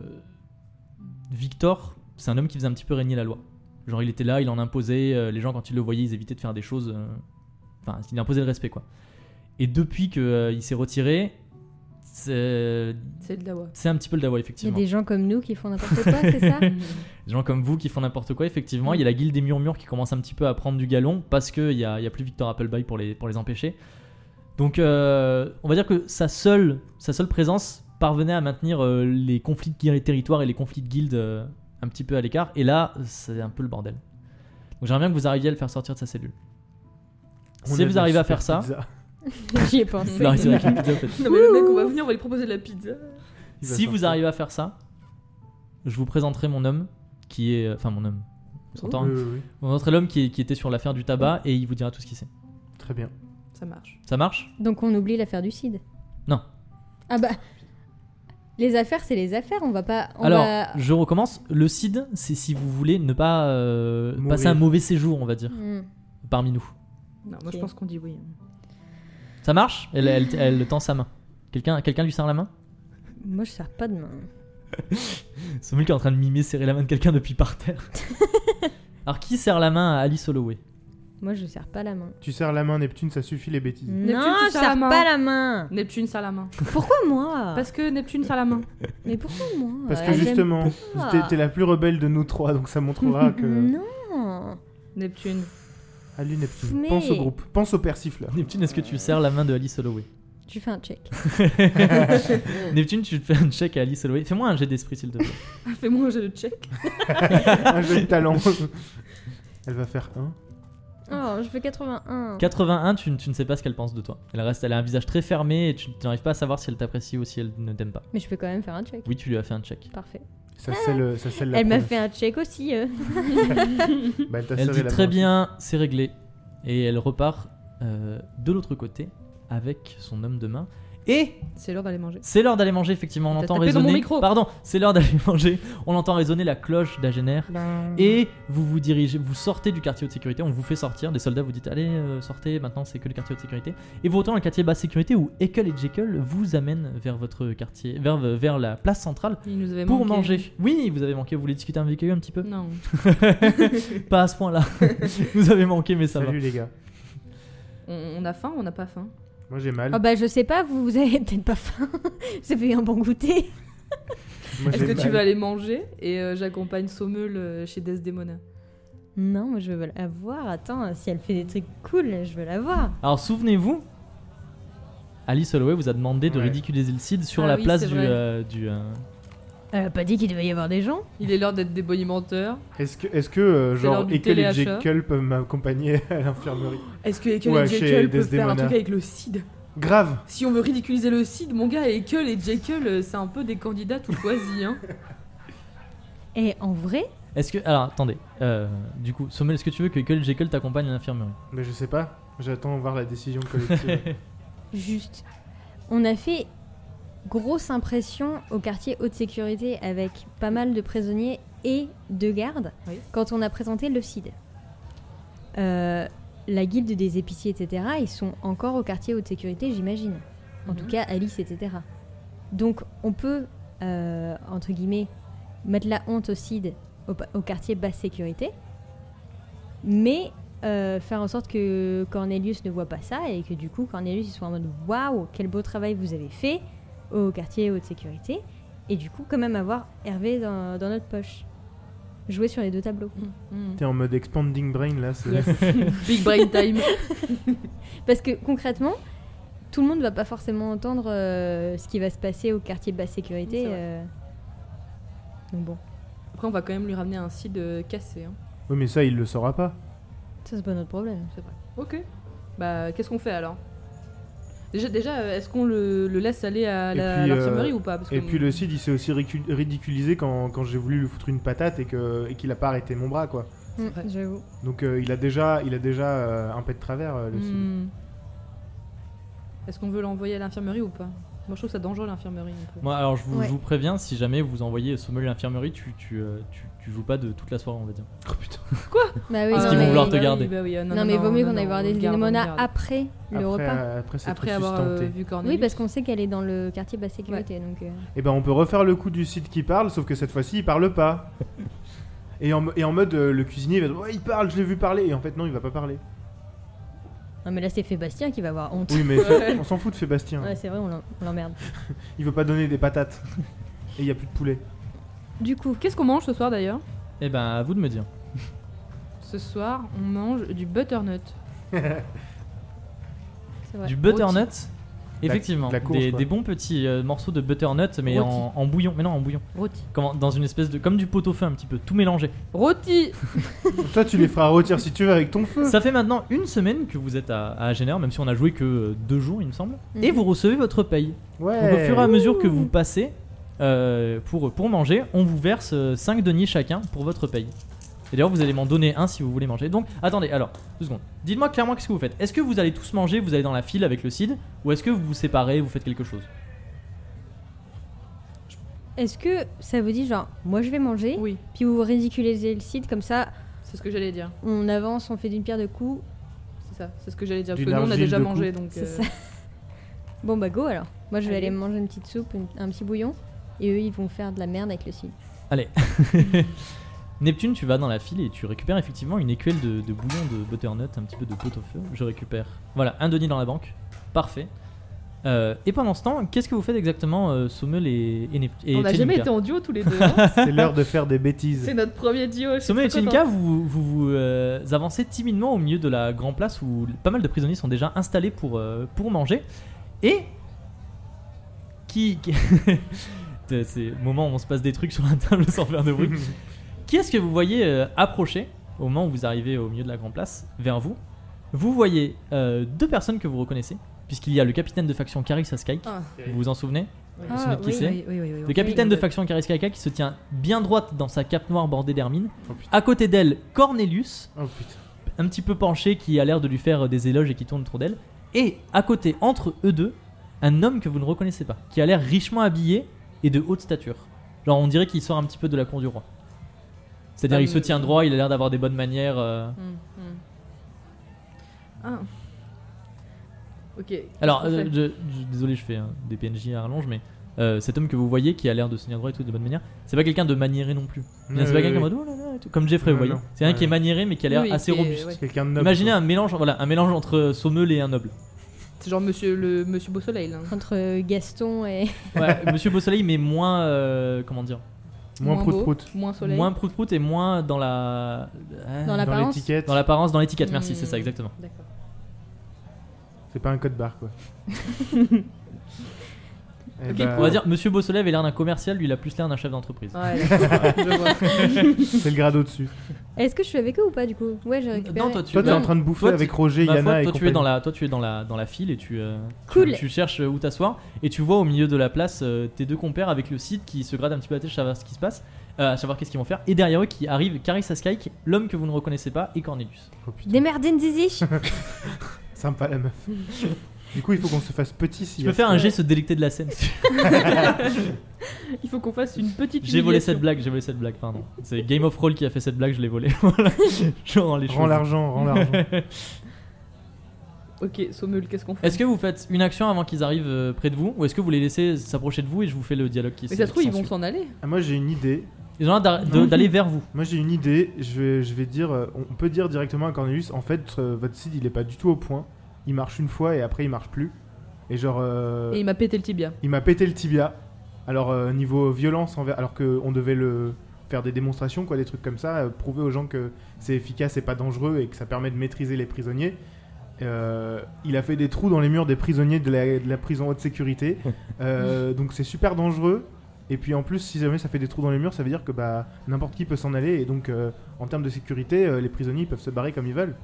Victor, c'est un homme qui faisait un petit peu régner la loi. Genre, il était là, il en imposait. euh, les gens, quand ils le voyaient, ils évitaient de faire des choses. euh, Enfin, il imposait le respect, quoi. Et depuis qu'il s'est retiré, c'est
C'est de la voix.
c'est un petit peu le dawa,
Il y a
effectivement
des gens comme nous qui font n'importe quoi, c'est ça
des gens comme vous qui font n'importe quoi, effectivement. Il y a la guilde des murmures qui commence un petit peu à prendre du galon parce qu'il n'y a, il y a plus Victor Appleby pour les, pour les empêcher. Donc, euh, on va dire que sa seule, sa seule présence parvenait à maintenir euh, les conflits de guerre- territoire et les conflits de guildes euh, un petit peu à l'écart. Et là, c'est un peu le bordel. Donc, j'aimerais bien que vous arriviez à le faire sortir de sa cellule. si vous arrivez à faire ça,
J'y ai pensé.
Non, c'est vrai qu'il y a une pizza, en fait.
Non mais le mec, on va venir, on va lui proposer de la pizza.
Il va
Si
sortir.
vous arrivez à faire ça, je vous présenterai mon homme qui est. euh, Enfin, mon homme. On s'entend, hein
Oui, oui,
Vous présenterez l'homme qui, est- qui était sur l'affaire du tabac et il vous dira tout ce qu'il sait.
oui. Très bien.
Ça marche.
Ça marche
Donc on oublie l'affaire du CID.
Non.
Ah bah. Les affaires, c'est les affaires. On va pas. On
Alors,
va-
je recommence. Le CID, c'est si vous voulez ne pas euh,
Mourir.
passer un mauvais séjour, on va dire,
Hmm.
parmi nous.
Non, moi je
Ok.
pense qu'on dit oui.
Ça marche elle, elle, elle tend sa main. Quelqu'un quelqu'un lui serre la main
Moi, je sers pas de main.
C'est qui est en train de mimer serrer la main de quelqu'un depuis par terre. Alors, qui serre la main à Alice Holloway
Moi, je sers pas la main.
Tu serres la main Neptune, ça suffit les bêtises.
non,
tu
je
sers
sers
la main.
pas la main.
Neptune, ça la main.
Ah.
Pourquoi moi
Parce que Neptune, ça la main.
Mais pourquoi moi euh,
Parce que
J'aime
justement,
pas.
t'es t'es la plus rebelle de nous trois, donc ça montrera que.
Non.
Neptune.
Allez Neptune,
Mais-
pense au groupe, pense au persifleur.
Neptune, est-ce que tu serres la main de Alice Holloway
Tu fais un check.
Neptune, tu te fais un check à Alice Holloway. Fais-moi un jet d'esprit, s'il te plaît.
Fais-moi un jeu de check.
Un jeu de talent. Elle va faire un.
Oh, je fais 81.
81, tu, tu ne sais pas ce qu'elle pense de toi. Elle reste, elle a un visage très fermé et tu tu n'arrives pas à savoir si elle t'apprécie ou si elle ne t'aime pas.
Mais je peux quand même faire un check.
Oui, tu lui as fait un check.
Parfait.
Ça scelle, ça scelle la
Ah. Elle m'a
promesse.
fait un check aussi. euh.
Bah, elle t'a
Elle
serré
dit
la
très
main.
bien, c'est réglé. Et elle repart euh, de l'autre côté avec son homme de main. Et
C'est l'heure d'aller manger.
c'est l'heure d'aller manger, effectivement, on
T'as
entend
tapé dans mon
résonner.
micro.
Pardon, c'est l'heure d'aller manger. On entend résonner la cloche d'Agener. Et vous vous dirigez, vous sortez du quartier haute sécurité, on vous fait sortir, des soldats vous dites allez euh, sortez, maintenant c'est que le quartier haute sécurité. Et vous retournez dans le quartier basse sécurité où Ekel et Jekyll vous amènent vers votre quartier, vers, vers la place centrale
Il nous avait
pour
manqué.
manger. Oui, vous avez manqué, vous voulez discuter avec eux un petit peu
Non.
Pas à ce point là, vous avez manqué mais ça
Salut les gars.
On, on a faim, on n'a pas faim.
Moi j'ai mal.
Oh bah, je sais pas, vous, vous avez peut-être pas faim. Ça fait un bon goûter.
Moi, j'ai
Est-ce que tu
mal.
veux aller manger Et euh, j'accompagne Sommeul euh, chez Desdemona.
Non, moi, je veux la voir. Attends, si elle fait des trucs cool, je veux la voir.
va. Alors souvenez-vous, Alice Holloway vous a demandé de
Ouais.
ridiculiser le Cid sur
Ah
la
oui,
place
c'est
du...
vrai.
euh, du euh,
Elle a pas dit qu'il devait y avoir des gens.
Il est l'heure d'être des bonimenteurs.
Est-ce que, est-ce que euh,
C'est l'heure
genre
du
Ekel et
téléachat.
Jekyll peuvent m'accompagner à l'infirmerie
Est-ce que Ekel
Ouais,
et
chez
Jekyll peuvent faire
Desdemona.
un truc avec le CID
Grave
Si on veut ridiculiser le CID, mon gars, Ekel et Jekyll, euh, c'est un peu des candidats tout choisis. Hein.
Et en vrai,
Est-ce que... Alors attendez, euh, du coup, Sommel, est-ce que tu veux que Ekel et Jekyll t'accompagnent à l'infirmerie
Mais je sais pas, j'attends voir la décision collective.
juste, on a fait grosse impression au quartier haute sécurité avec pas mal de prisonniers et de gardes
Oui.
quand on a présenté le CID. Euh, la guilde des épiciers, etc., ils sont encore au quartier haute sécurité, j'imagine. En tout
Mhm.
cas, Alice, etc. Donc, on peut, euh, entre guillemets, mettre la honte au CID au, pa- au quartier basse sécurité, mais euh, faire en sorte que Cornelius ne voit pas ça et que du coup, Cornelius, il soit en mode Waouh, quel beau travail vous avez fait au quartier haute sécurité, et du coup, quand même avoir Hervé dans, dans notre poche. Jouer sur les deux tableaux.
Mhm.
T'es en mode expanding brain là, c'est
Yes.
Big brain time.
Parce que concrètement, tout le monde va pas forcément entendre euh, ce qui va se passer au quartier basse sécurité.
C'est vrai.
euh. Donc bon,
Après, on va quand même lui ramener un CID euh, cassé. Hein.
Oui mais ça il le saura pas.
ça c'est pas notre problème.
Ok. Bah, qu'est-ce qu'on fait alors Déjà, déjà euh, est-ce qu'on le, le laisse aller à
Et
la- à
puis, euh,
l'infirmerie ou pas Parce
Et
que-
puis le Cid il s'est aussi ridicu- ridiculisé quand, quand j'ai voulu lui foutre une patate et que et qu'il a pas arrêté mon bras quoi.
C'est vrai.
J'avoue.
Donc euh, il a déjà il a déjà euh, un pet de travers euh, le Cid.
Hmm. Est-ce qu'on veut l'envoyer à l'infirmerie ou pas Moi, je trouve ça dangereux l'infirmerie. un peu.
Moi, alors je vous,
Ouais.
je vous préviens, si jamais vous envoyez Sommel à l'infirmerie, tu, tu, euh, tu, tu joues pas de toute la soirée, on va dire.
Oh putain.
Bah
Parce
oui, non,
qu'ils vont
mais-
vouloir te
bah oui,
garder.
bah oui, euh,
Non, mais vaut mieux qu'on aille
non,
voir
on
des
le garde, on le
Desdemona
garde.
après le
après,
repas.
euh, après cette
Après avoir euh,
tenté.
vu Cornelius.
Oui, parce qu'on sait qu'elle est dans le quartier basse sécurité, donc. euh,
Et ben on peut refaire le coup du Cid qui parle, sauf que cette fois-ci il parle pas. Et en, et en mode euh, le cuisinier va dire ouais il parle, je l'ai vu parler et en fait non il va pas parler.
Non, mais là c'est Fébastien qui va avoir honte.
Oui mais
Ouais.
on s'en fout de Fébastien.
Ouais, c'est vrai, on l'en- on l'emmerde.
Il veut pas donner des patates. Et il y a plus de poulet.
Du coup,
Qu'est-ce qu'on mange ce soir d'ailleurs
Eh ben, à vous de me dire.
Ce soir, on mange du butternut.
c'est vrai.
Du butternut Effectivement,
de la courge,
des,
quoi.
des bons petits euh, morceaux de butternut, mais
Rôti.
en, en bouillon. Mais non, en bouillon.
Rôti.
Comment, dans une espèce de. Comme du pot au feu, un petit peu, tout mélangé.
Rôti
Toi, tu les feras rôtir si tu veux avec ton feu.
Ça fait maintenant une semaine que vous êtes à, à Agener, même si on a joué que euh, deux jours, il me semble.
Mhm.
Et vous recevez votre paye. Donc, au
Ouais.
fur et à mesure que vous passez euh, pour, pour manger, on vous verse 5 deniers chacun pour votre paye. Et d'ailleurs, vous allez m'en donner un si vous voulez manger. Donc, attendez, alors, deux secondes. Dites-moi clairement qu'est-ce que vous faites. Est-ce que vous allez tous manger, vous allez dans la file avec le CID, ou est-ce que vous vous séparez, vous faites quelque chose
Est-ce que ça vous dit, genre, moi je vais manger,
Oui,
puis vous ridiculisez le site, comme ça,
c'est ce que j'allais dire.
on avance, on fait d'une pierre deux coups.
C'est ça, c'est ce que j'allais dire. Parce
D'une
que nous, on a
argile
déjà
de
mangé, donc.
C'est ça.
euh,
Bon, bah go alors. Moi je vais
Allez.
aller me manger une petite soupe, une- un petit bouillon, et eux ils vont faire de la merde avec le site.
Neptune, tu vas dans la file et tu récupères effectivement une écuelle de, de bouillon de butternut, un petit peu de pot au feu. Je récupère. Voilà, un denier dans la banque. Parfait. Euh, et pendant ce temps, qu'est-ce que vous faites exactement, euh, Sommel et, et Neptune
On n'a jamais été en duo tous les deux. hein.
C'est l'heure de faire des
c'est
bêtises.
notre premier duo. je suis
Sommel et
trop
Tchinka, vous, vous, vous, euh, avancez timidement au milieu de la grande place où pas mal de prisonniers sont déjà installés pour, euh, pour manger. Et. Qui. qui- C'est c'est le moment où on se passe des trucs sur la table sans faire de bruit. Qui est-ce que vous voyez euh, approcher au moment où vous arrivez au milieu de la grande place vers vous Vous voyez euh, deux personnes que vous reconnaissez, puisqu'il y a le capitaine de faction Karis Askaik.
Ah.
Vous vous en souvenez Vous vous
Ah,
souvenez de qui
oui,
c'est
oui, oui, oui, oui,
Le
oui.
capitaine de
Oui,
faction Karis Askaik qui se tient bien droite dans sa cape noire bordée d'hermine.
Oh, putain.
À côté d'elle, Cornelius,
Oh, putain.
un petit peu penché, qui a l'air de lui faire euh, des éloges et qui tourne autour d'elle. Et à côté, entre eux deux, un homme que vous ne reconnaissez pas, qui a l'air richement habillé et de haute stature. Genre, on dirait qu'il sort un petit peu de la cour du roi. C'est-à-dire,
Ah,
il se
mais-
tient droit, il a l'air d'avoir des bonnes manières. euh,
Hum, hum. Ah. Ok. qu'est-ce
Alors,
qu'on
euh,
fait
je, je- désolé, je fais hein, des PNJ à rallonge, mais euh, cet homme que vous voyez qui a l'air de se tenir droit et tout de bonne manière, c'est pas quelqu'un de maniéré non plus. Bien, c'est
Euh,
pas quelqu'un en
oui.
mode, oh là là et tout, comme Jeffrey,
Non,
vous voyez.
non.
C'est un qui
Ouais.
est maniéré mais qui a l'air
Oui,
assez
qui est-
robuste.
ouais.
Euh, Quelqu'un de noble.
Imaginez
quoi.
un mélange, voilà, un mélange entre Sommeul et un noble.
C'est genre Monsieur le Monsieur Beau Soleil. Là.
Entre euh, Gaston et.
Ouais, Monsieur Beau Soleil, mais moins, euh, comment dire,
Moins
beau,
prout-prout.
Moins soleil.
moins prout prout et moins dans la, euh,
Dans la-
Dans
L'apparence.
l'étiquette.
dans l'apparence, dans l'étiquette. Merci,
Hmm.
c'est ça exactement.
D'accord.
C'est pas un code barre, quoi. Eh
Ok,
bah,
On va dire, Monsieur Beau Soleil avait l'air d'un commercial, lui il a plus l'air d'un chef d'entreprise.
Ah,
Ah Ouais, d'accord, je vois.
C'est le grade au-dessus.
Est-ce que je suis avec eux ou pas du coup Ouais, j'ai récupéré.
Non, toi tu,
Toi, t'es
non,
en train de bouffer
Toi, tu-
avec Roger,
Ma foi,
Yana et
toi, tu es
compagnie.
dans la, toi tu es dans la, dans la file et tu, euh, tu-
Cool.
tu cherches où t'asseoir et tu vois au milieu de la place euh, tes deux compères avec le site qui se grattent un petit peu la tête à savoir ce qui se passe, euh, à savoir qu'est-ce qu'ils vont faire et derrière eux qui arrive Carissa Skyke, l'homme que vous ne reconnaissez pas et Cornelius.
Oh, putain.
Démerdez Nzizi
Sympa la meuf. Du coup, il faut qu'on se fasse petit si.
Tu peux faire un geste délecté de la scène.
Il faut qu'on fasse une petite.
j'ai volé cette
humiliation.
blague, j'ai volé cette blague, pardon. C'est Game of Roll qui a fait cette blague, je l'ai volée. Voilà. je rends les
Rends
choses.
l'argent, rends l'argent.
Ok, Sommel, qu'est-ce qu'on fait
Est-ce que vous faites une action avant qu'ils arrivent euh, près de vous ou est-ce que vous les laissez s'approcher de vous et je vous fais le dialogue qui
Mais
s-
ça se trouve,
qui
ils vont
s'ensuit
s'en aller.
Ah, Moi, j'ai une idée.
Ils ont l'air d'a-
Ah
de- d'aller vers vous.
Moi, j'ai une idée. Je vais, je vais dire. euh, On peut dire directement à Cornelius en fait, euh, votre site, il est pas du tout au point. Il marche une fois et après, il marche plus. Et genre. euh,
Et il m'a pété le tibia.
Il m'a pété le tibia. Alors euh, niveau violence envers, alors que on devait le faire des démonstrations, quoi, des trucs comme ça, euh, prouver aux gens que c'est efficace et pas dangereux et que ça permet de maîtriser les prisonniers. Euh, il a fait des trous dans les murs des prisonniers de la, de la prison haute sécurité. Euh, donc c'est super dangereux. Et puis en plus, si jamais ça fait des trous dans les murs, ça veut dire que bah n'importe qui peut s'en aller. Et donc euh, en termes de sécurité, euh, les prisonniers ils peuvent se barrer comme ils veulent.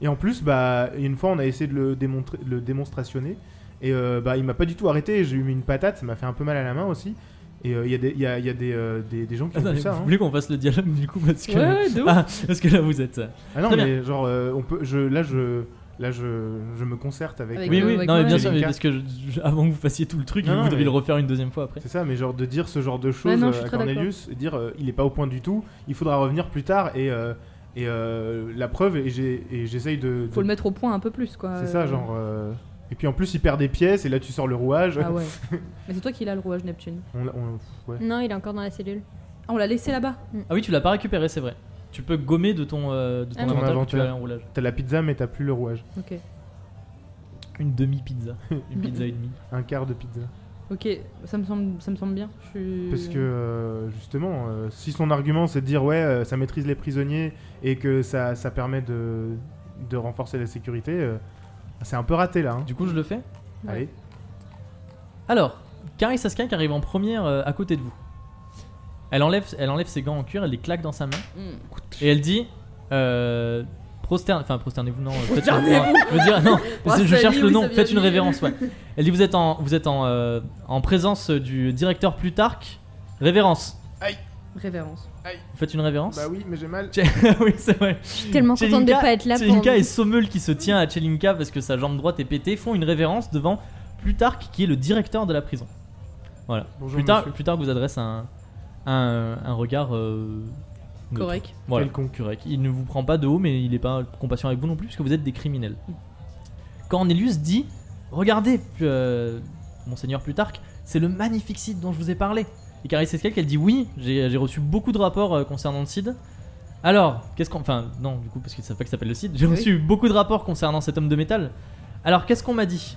Et en plus, bah une fois on a essayé de le démontrer, de le démonstrationner. Et euh, bah, il m'a pas du tout arrêté, j'ai eu mis une patate, ça m'a fait un peu mal à la main aussi. Et euh, il y a, des, il y a- il y a des, euh, des- des gens qui ont
Attendez,
vu ça.
vous
hein.
voulez qu'on fasse le dialogue du coup parce que
Ouais, ouais, de ouf.
Ah, parce que là vous êtes. euh,
Ah non,
Très
mais genre, euh, on peut, je, là, je, là je, je me concerte avec. euh,
Avec
Oui,
le-
oui,
avec
non, mais bien
moi,
sûr, mais
Jelinka.
parce que je- je- avant que vous fassiez tout le truc,
Non,
vous
non,
devez
mais-
le refaire une deuxième fois après.
C'est ça, mais genre de dire ce genre de
Ouais,
choses
Bah non,
euh,
je suis
à
très d'accord.
Cornelius, et dire euh, il est pas au point du tout, il faudra revenir plus tard et, euh, et euh, la preuve, et j'ai- et j'essaye de. de-
Faut le mettre au point un peu plus, quoi.
C'est
Euh,
ça, genre. euh, Et puis en plus, il perd des pièces, et là, tu sors le rouage.
Ah ouais. Mais c'est toi qui l'as le rouage Neptune.
On- on- ouais.
Non, il est encore dans la cellule.
Ah, on l'a laissé là-bas.
Ah oui, tu l'as pas récupéré, c'est vrai. Tu peux gommer de ton, euh, de ton
Ah,
inventaire,
mon
que tu
inventaire.
as en roulage.
T'as la pizza, mais t'as plus le rouage.
Ok.
Une demi-pizza. Une pizza et demie.
Un quart de pizza.
Ok, ça me semble, ça me semble bien. Je suis...
Mm.
Parce que euh, justement, euh, si son argument c'est de dire ouais, euh, ça maîtrise les prisonniers et que ça, ça permet de, de renforcer la sécurité, euh, c'est un peu raté là. hein.
Du coup, je le fais
Ouais.
Allez,
Alors, Kari Saskia qui arrive en première euh, à côté de vous. Elle enlève, elle enlève ses gants en cuir, elle les claque dans sa main
Hmm.
et elle dit euh, prosterne, enfin prosternez-vous non, euh, faites- je veux dire non, je- je
Prosternez-vous,
cherche le
oui,
nom,
Oh, ça vient
faites
de
une
lui.
révérence. Ouais. Elle dit vous êtes en, vous êtes en, euh, en présence du directeur Plutarque. Révérence.
Révérence.
Vous faites une révérence.
Bah oui, mais j'ai mal.
oui c'est vrai.
Je suis tellement contente de
Tchelinka-
pas être là pour.
Tchelinka et Sommel qui se tient à Tchelinka parce que sa jambe droite est pétée font une révérence devant Plutarque qui est le directeur de la prison.
Bonjour,
Plutarque,
monsieur.
Plutarque vous adresse un, un, un regard euh, neutre.
Correct.
Voilà.
Quelconque.
Correct. Il ne vous prend pas de haut, mais il n'est pas compassion avec vous non plus, puisque vous êtes des criminels. Cornelius dit Regardez, euh, Monseigneur Plutarque, c'est le magnifique Cid dont je vous ai parlé. Et Caris Escal, elle dit Oui, j'ai j'ai reçu beaucoup de rapports euh, concernant le Cid. Alors, qu'est-ce qu'on. Enfin, non, du coup, parce qu'ils savent pas qu'il s'appelle le Cid. J'ai
Oui.
reçu beaucoup de rapports concernant cet homme de métal. Alors, qu'est-ce qu'on m'a dit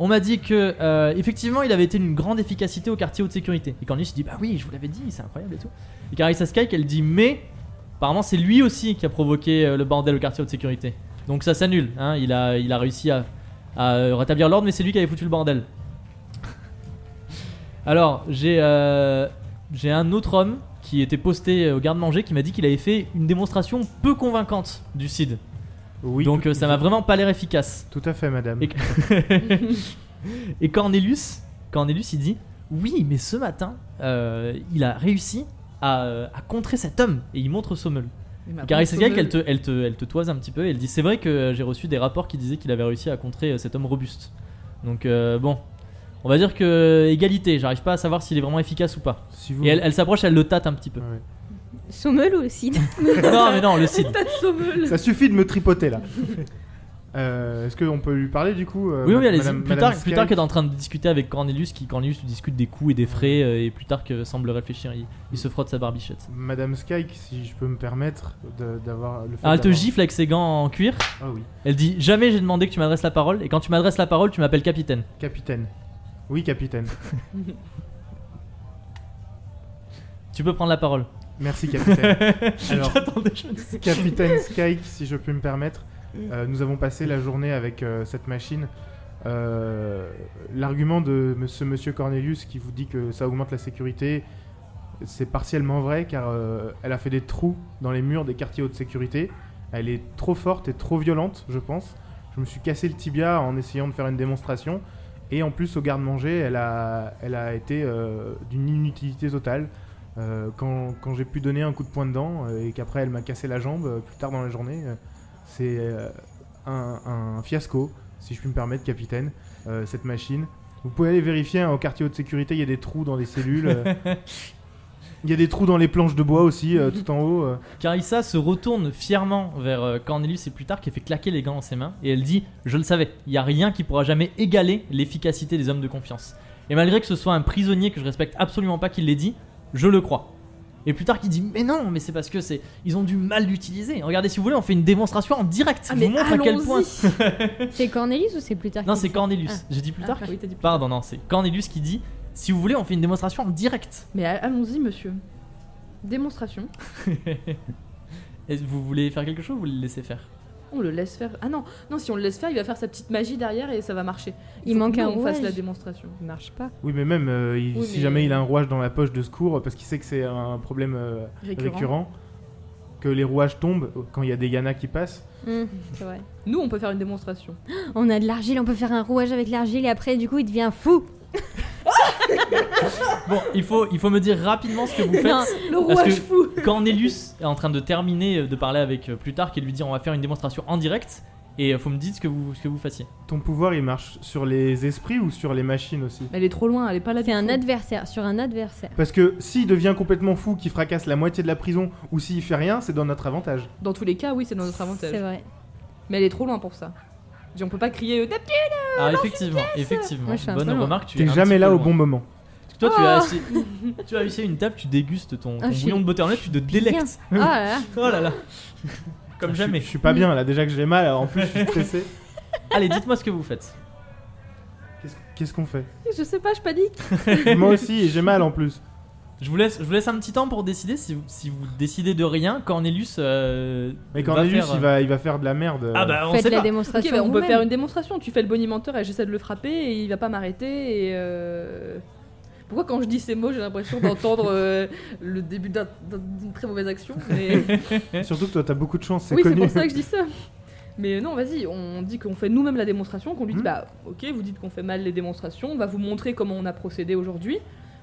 on m'a dit que euh, effectivement il avait été une grande efficacité au quartier haute sécurité. Et Cornelius il dit bah oui je vous l'avais dit c'est incroyable et tout. Et Carissa Sky elle dit mais apparemment c'est lui aussi qui a provoqué euh, le bordel au quartier haute sécurité. Donc ça s'annule. Hein. Il a il a réussi à, à, euh, rétablir l'ordre mais c'est lui qui avait foutu le bordel. Alors j'ai euh, j'ai un autre homme qui était posté euh, au garde-manger qui m'a dit qu'il avait fait une démonstration peu convaincante du CID.
Oui,
Donc
tout-
euh, ça m'a vraiment pas l'air efficace.
Tout à fait, madame.
Et- Et Cornelius, Cornelius, il dit Oui, mais ce matin, euh, il a réussi à, à contrer cet homme. Et il montre Sommel. Carrie Saskia, elle te, elle, te, elle te toise un petit peu et elle dit C'est vrai que j'ai reçu des rapports qui disaient qu'il avait réussi à contrer euh, cet homme robuste. Donc, euh, bon, on va dire que égalité, j'arrive pas à savoir s'il est vraiment efficace ou pas.
Si vous...
Et elle, elle s'approche, elle le tâte un petit peu.
Ouais.
Sommel aussi.
non, mais non, le Cid.
T'as de sommeul.
Ça suffit de me tripoter là. Euh, Est-ce qu'on peut lui parler du coup euh,
Oui, oui,
madame-
allez-y.
madame-
Plus
madame
tard, plus
Sky
tard qu'elle est en train de discuter avec Cornelius, qui Cornelius lui discute des coups et des frais, euh, et plus tard que semble réfléchir, il, il se frotte sa barbichette.
Madame Skyke, si je peux me permettre de- d'avoir le fait.
Ah, elle te
d'avoir-
gifle avec ses gants en cuir.
Ah oui,
Elle dit Jamais j'ai demandé que tu m'adresses la parole, et quand tu m'adresses la parole, tu m'appelles capitaine.
capitaine. Oui, capitaine.
Tu peux prendre la parole.
Merci, capitaine. Alors,
J'attendais, je me disais.
capitaine Skyke, si je peux me permettre, euh, nous avons passé la journée avec euh, cette machine. Euh, L'argument de m- ce monsieur Cornelius qui vous dit que ça augmente la sécurité, c'est partiellement vrai car euh, elle a fait des trous dans les murs des quartiers haute sécurité. Elle est trop forte et trop violente, je pense. Je me suis cassé le tibia en essayant de faire une démonstration. Et en plus, au garde-manger, elle a, elle a été euh, d'une inutilité totale. Euh, quand quand j'ai pu donner un coup de poing dedans euh, et qu'après elle m'a cassé la jambe euh, plus tard dans la journée, euh, c'est euh, un, un fiasco, si je puis me permettre, capitaine, euh, cette machine. Vous pouvez aller vérifier hein, au quartier haute sécurité, il y a des trous dans les cellules. euh, Il y a des trous dans les planches de bois aussi, euh, tout en haut. euh.
Carissa se retourne fièrement vers euh, Cornelius et plus tard, qui fait claquer les gants dans ses mains, et elle dit Je le savais, il n'y a rien qui pourra jamais égaler l'efficacité des hommes de confiance. Et malgré que ce soit un prisonnier que je respecte absolument pas qui l'ait dit, je le crois. Et plus tard, qui dit Mais non, mais c'est parce que c'est ils ont du mal l'utiliser. Regardez, si vous voulez, on fait une démonstration en direct.
Ah,
Je
mais
vous montre à quel point.
allons-y.
C'est Cornelius ou c'est plus tard
Non,
qu'il
c'est
dit
Cornelius.
Ah.
J'ai dit plus tard.
Ah, oui, t'as dit plus
Pardon, non, c'est Cornelius qui dit Si vous voulez, on fait une démonstration en direct.
Mais a- allons-y, monsieur. Démonstration.
Est-ce que vous voulez faire quelque chose ou vous le laissez faire
On le laisse faire. Ah non, non, si on le laisse faire, il va faire sa petite magie derrière et ça va marcher.
Il
faut
manque
que nous,
un
On fasse
rouage.
la démonstration.
ça marche pas.
Oui, mais même euh, il-
Oui,
si
mais-
jamais il a un rouage dans la poche de secours, parce qu'il sait que c'est un problème euh,
Récurrent.
récurrent, que les rouages tombent quand il y a des Yana qui passent.
Hum, c'est vrai.
Nous, on peut faire une démonstration.
On a de l'argile, on peut faire un rouage avec l'argile et après, du coup, il devient fou.
Bon, il faut, il faut me dire rapidement ce que vous
Non,
faites.
Le
Parce
rouage
que-
fou
Cornelius est en train de terminer euh, de parler avec euh, Plutarque et lui dire On va faire une démonstration en direct. Et euh, faut me dire ce que vous, ce que vous fassiez.
Ton pouvoir, il marche sur les esprits ou sur les machines aussi
Mais elle est trop loin, elle est pas là.
c'est
du
un
tout.
adversaire sur un adversaire.
Parce que s'il devient complètement fou, qui fracasse la moitié de la prison, ou s'il fait rien, c'est dans notre avantage.
Dans tous les cas, oui, c'est dans notre
C'est
avantage.
vrai.
Mais elle est trop loin pour ça. Je veux dire, On peut pas crier euh, Tapis
Ah, effectivement, effectivement.
Moi, je suis un
Bonne
peu loin.
remarque. Tu
T'es
es un
jamais
petit
là
peu
au
loin.
bon moment.
Parce que toi, tu, as
Ah.
assis, tu as assis à une table, tu dégustes ton, ton
Ah, je suis-
bouillon de butternut, tu te
Bien.
délectes.
Oh là là.
Oh là là. Comme
Ah, Je suis-
jamais.
Je, suis pas bien là, déjà que j'ai mal, en plus je suis stressé.
Allez, dites-moi ce que vous faites.
Qu'est-ce- Qu'est-ce qu'on fait
Je sais pas, je panique
Moi aussi, et j'ai mal en plus.
Je vous laisse, je vous laisse un petit temps pour décider. Si vous, si vous décidez de rien, Cornelius. euh,
Mais Cornelius,
va faire,
il, va, il va faire de la merde. euh,
Ah bah on
Faites
sait
la
pas.
démonstration.
Ok, bah, on peut
vous-même.
faire une démonstration. Tu fais le bonimenteur et j'essaie de le frapper et il va pas m'arrêter. Et euh, pourquoi quand je dis ces mots, j'ai l'impression d'entendre euh, le début d'un- d'un- d'une très mauvaise action. mais-
Surtout que toi, t'as beaucoup de chance, c'est
oui, c'est
connu.
pour ça que je dis ça. Mais non, vas-y, on dit qu'on fait nous-mêmes la démonstration, qu'on lui dit
Hmm.
bah ok, vous dites qu'on fait mal les démonstrations, on va vous montrer comment on a procédé aujourd'hui.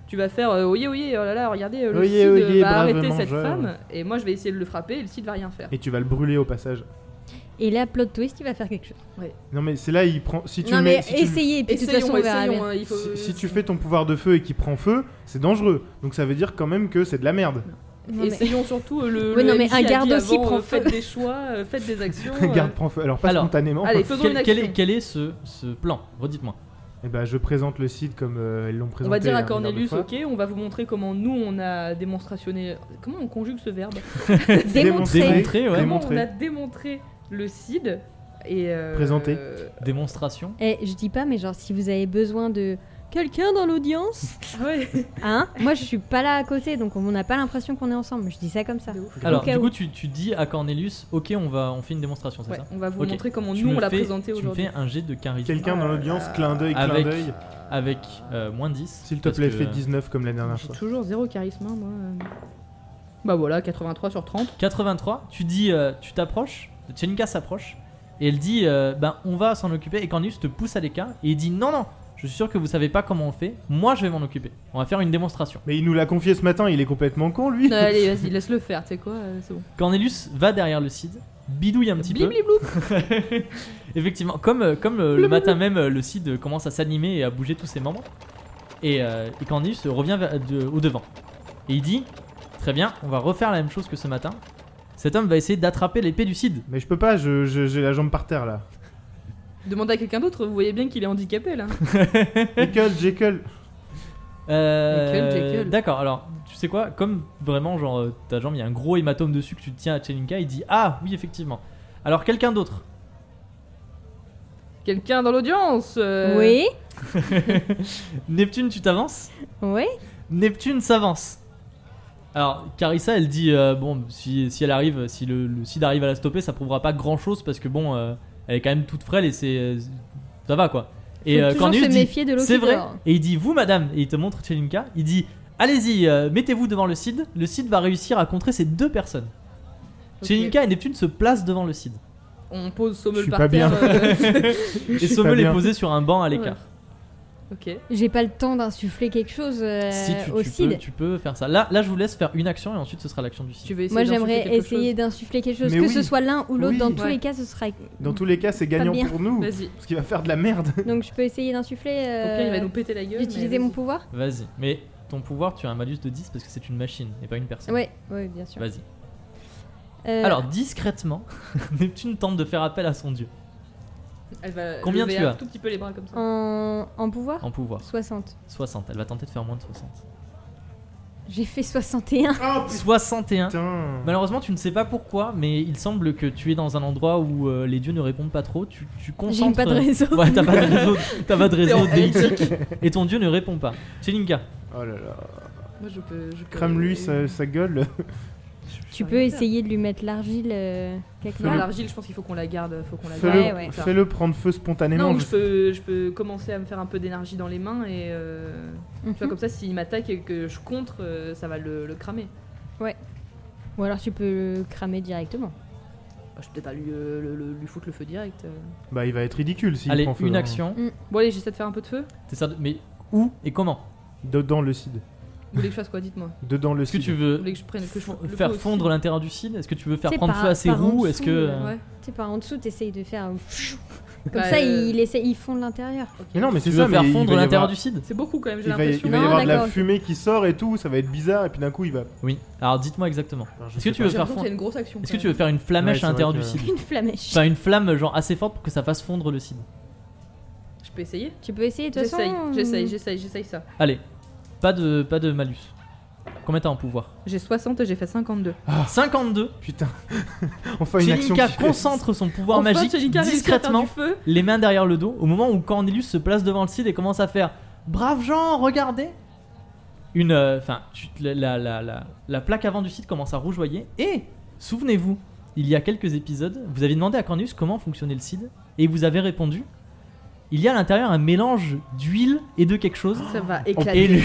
Tu vas faire euh, oyez, oyez, oh là là, regardez, euh, le
Oyez,
Cid euh,
oyez,
va
brave
arrêter cette
mangeur.
femme, et moi je vais essayer de le frapper, et le Cid va rien faire.
Et tu vas le brûler au passage.
Et là, plot twist, il va faire quelque chose.
Non, mais c'est là, il prend. Si tu
non,
le
mais
mets- si tu le-
essayez, et puis de toute façon, on verra bien.
hein, il faut-
Si, si tu fais ton pouvoir de feu et qu'il prend feu, c'est dangereux. Donc ça veut dire quand même que c'est de la merde.
Non, mais-
hein. Essayons surtout euh, le.
Oui,
le
non, mais
MJ a
un
dit
garde aussi
avant,
prend
euh, Faites
feu.
des choix, euh, faites des actions. euh.
Garde prend feu. Alors pas
Alors,
spontanément.
Allez, faisons une
Quel,
action.
quel est, quel est ce, ce plan Redites-moi.
Et bah je présente le site comme euh, ils l'ont
On
présenté.
va
un
dire à
milliard de
Cornelius,
fois.
ok, on va vous montrer comment nous on a démonstrationné. Comment on conjugue ce verbe
Démontrer.
Démontrer.
Démontrer, ouais.
Comment
Démontrer.
on a démontré le CID et. euh,
Présenter.
euh,
Démonstration.
Eh, je dis pas, mais genre, si vous avez besoin de quelqu'un dans l'audience,
ouais.
hein Moi, je suis pas là à côté, donc on n'a pas l'impression qu'on est ensemble. Je dis ça comme ça.
De ouf.
Alors,
Au cas
du
où.
coup, tu, tu dis à Cornelius, ok, on va, on fait une démonstration, c'est
Ouais,
ça
on va vous
Ok.
montrer comment
Tu
nous
me
on l'a
fais-
présenté
Tu me
aujourd'hui.
fais un jet de charisme
Quelqu'un dans l'audience, clin d'œil, clin
Euh, Avec-
d'œil.
avec euh, moins 10.
S'il te
parce
plaît,
que-
fais 19 comme la dernière
J'ai
fois.
toujours zéro charisme, hein, moi. euh. Bah voilà, 83 sur 30.
83, tu dis, euh, tu t'approches, Tchenka s'approche, et elle dit, euh, ben on va s'en occuper, et Cornelius te pousse à l'écart, et il dit, non, non, je suis sûr que vous savez pas comment on fait, moi je vais m'en occuper, on va faire une démonstration.
Mais il nous l'a confié ce matin, il est complètement con lui.
Non, allez, vas-y, laisse-le faire, tu sais quoi, euh, c'est bon.
Cornelius va derrière le Cid, bidouille un petit
Blim,
peu.
blim, blim.
Effectivement, comme, euh, comme euh, le matin même, euh, le Cid euh, commence à s'animer et à bouger tous ses membres. Et, euh, et Cornelius revient vers- euh, de- au devant. Et il dit Très bien, on va refaire la même chose que ce matin. Cet homme va essayer d'attraper l'épée du Cid.
Mais je peux pas, je- je- j'ai la jambe par terre là.
Demandez à quelqu'un d'autre, vous voyez bien qu'il est handicapé là.
Jekyll, Jekyll.
Euh,
Nickel, nickel.
D'accord, alors tu sais quoi Comme vraiment, genre euh, ta jambe, il y a un gros hématome dessus que tu tiens à Chelinka, il dit Ah oui, effectivement. Alors quelqu'un d'autre
Quelqu'un dans l'audience euh,
Oui,
Neptune, tu t'avances
oui.
Neptune s'avance. Alors, Carissa, elle dit euh, bon, si, si elle arrive, si le, le Cid arrive à la stopper, ça prouvera pas grand chose parce que bon, euh, elle est quand même toute frêle et c'est euh, ça va quoi. Et
Faut
euh,
toujours
Cornelius
se
dit,
méfier de l'eau
c'est
qui
vrai.
dort.
Et il dit vous, madame, et il te montre Chelinka. Il dit allez-y, euh, mettez-vous devant le Cid. Le Cid va réussir à contrer ces deux personnes.
Ok.
Chelinka et Neptune se placent devant le Cid.
On pose
Je
Sommel
suis
par
pas
terre. euh,
Et
suis
Sommel
pas
est
bien.
posé sur un banc à l'écart.
ok.
J'ai pas le temps d'insuffler quelque chose euh,
Si tu,
au
tu
CID.
peux, tu peux faire ça. Là, là, je vous laisse faire une action et ensuite ce sera l'action du Cid.
Tu veux essayer
Moi,
d'insuffler
j'aimerais
quelque
essayer d'insuffler quelque chose,
Mais
que
oui.
ce soit l'un ou l'autre.
Oui.
Dans tous
Ouais.
les cas, ce sera.
Dans tous les cas, c'est gagnant
bien.
pour nous.
chose. Vas-y.
Parce qu'il va faire de la merde.
Donc, je peux essayer d'insuffler.
Au
euh,
pire, il va nous péter la gueule. mais
D'utiliser mon
vas-y.
pouvoir.
Vas-y. Mais ton pouvoir, tu as un malus de 10 parce que c'est une machine et pas une personne.
Ouais, ouais, bien sûr.
Vas-y.
Euh,
Alors, discrètement, Neptune tente de faire appel à son dieu
Elle va
Combien
lever
tu
un
as
tout petit peu les bras comme ça.
en, en pouvoir
en pouvoir.
60.
60. Elle va tenter de faire moins de 60.
J'ai fait 61.
Oh
61.
putain.
Malheureusement, tu ne sais pas pourquoi, mais il semble que tu es dans un endroit où euh, les dieux ne répondent pas trop. Tu, tu
J'ai
concentres.
pas de réseau.
Ouais, t'as pas de réseau, t'as pas de réseau
T'es en
déitique et ton dieu ne répond pas. Chelinka,
Oh là là.
Moi, je peux. je peux-
Crame-lui
euh,
sa, sa gueule.
Tu
J'arrive
peux
à faire.
essayer de lui mettre l'argile euh, quelque
Non,
part.
l'argile, je pense qu'il faut qu'on la garde. Faut qu'on la garde.
Fais-le
ouais.
Enfin,
fais-le prendre feu spontanément.
Non, je peux, je peux commencer à me faire un peu d'énergie dans les mains et euh,
Mhm.
tu vois comme ça, s'il m'attaque et que je contre, euh, ça va le, le cramer.
Ou alors tu peux le cramer directement.
Bah, je peux peut-être pas lui, euh, le- le- lui foutre le feu direct. euh.
Bah il va être ridicule s'il
allez,
prend feu.
une
hein.
action.
Bon allez, j'essaie de faire un peu de feu.
T'es certain- Mais où et comment
Dedans le cid.
Vous voulez que je fasse quoi Dites-moi.
Dedans le
Est-ce que
cid.
tu
Vous
veux
voulez que je prenne que je
fon-
le feu
faire
aussi
fondre l'intérieur du cid Est-ce que tu veux faire
C'est
prendre
par-
feu à ses
par en
roues Est-ce
dessous,
que
euh,
Ouais.
Tu sais, par en dessous, t'essayes de faire. un Comme
Bah,
ça,
euh,
il essaie, ils fond de l'intérieur.
euh,
ok.
Mais non, mais
tu
c'est
veux
ça.
faire
mais il
fondre
va y
l'intérieur
avoir-
du cid
C'est beaucoup quand même, j'ai
Il va y,
l'impression.
il va y
Non,
avoir de la
d'accord, ok.
fumée qui sort et tout, ça va être bizarre. Et puis d'un coup, il va.
Oui. Alors, dites-moi exactement.
Alors,
Est-ce
je
que
sais
tu
pas.
veux
J'ai
faire
l'impression qu'il
fondre
y a une grosse action.
Est-ce
quand
que tu veux faire une flamèche
Ouais, c'est
à l'intérieur
vrai
du
que-
cid
Une flamèche.
Enfin, une flamme genre assez forte pour que ça fasse fondre le cid.
même. Je peux essayer
Tu peux essayer de toute
J'essaye,
façon.
j'essaye, j'essaye, j'essaye ça.
Allez, pas de, pas de malus. Combien t'as en pouvoir
J'ai 60 et j'ai fait 52.
52.
Putain. enfin Ah. une action.
Chelinka
qui fait-
concentre son pouvoir
Enfin,
magique
Chelinka a réussi à faire
discrètement,
du feu.
les mains derrière le dos, au moment où Cornelius se place devant le cid et commence à faire Brave gens, regardez une, euh, enfin, tu- la, la- la- la- la plaque avant du site commence à rougeoyer. Et souvenez-vous, il y a quelques épisodes, vous avez demandé à Cornelius comment fonctionnait le site, et vous avez répondu. Il y a à l'intérieur un mélange d'huile et de quelque chose.
Ça va
et
éclater.
l'huile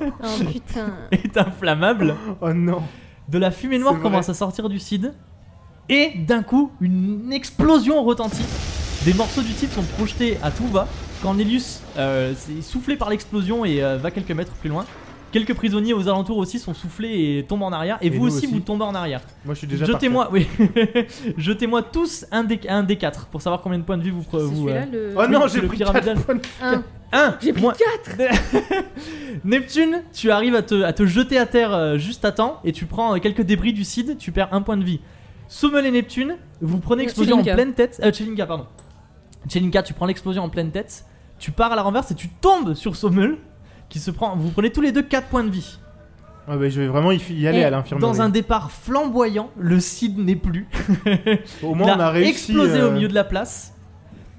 Oh putain.
est inflammable.
Oh non
De la fumée noire
C'est
commence à sortir du cid. Et d'un coup, une explosion retentit. Des morceaux du cid sont projetés à tout va. Cornelius euh, est soufflé par l'explosion et euh, va quelques mètres plus loin. Quelques prisonniers aux alentours aussi sont soufflés et tombent en arrière. Et,
Et
vous
nous
aussi,
aussi.
vous tombez en arrière.
Moi je suis déjà. par
Jetez-moi, oui. Jetez-moi tous un des, un des quatre pour savoir combien de points de vie vous.
C'est
vous euh,
celui-là, le-
terre. Oh non,
Oui,
j'ai
le
pris
pyramidal.
4 points.
Un.
Un.
J'ai pris
Moi-
4
Neptune, tu arrives à te, à te jeter à terre euh, juste à temps et tu prends euh, quelques débris du cid, tu perds un point de vie. Sommel et Neptune, vous prenez
Euh,
explosion en
Chelinka.
pleine tête. Euh, Chelinka, pardon. Chelinka, tu prends l'explosion en pleine tête, tu pars à la renverse et tu tombes sur Sommel qui se prend. Vous prenez tous les deux 4 points de vie.
Ah bah, je vais vraiment y fi- y aller
Et
à l'infirmerie.
Dans un départ flamboyant, le cid n'est plus.
Au moins
Il
on a réussi.
explosé au
euh,
milieu de la place.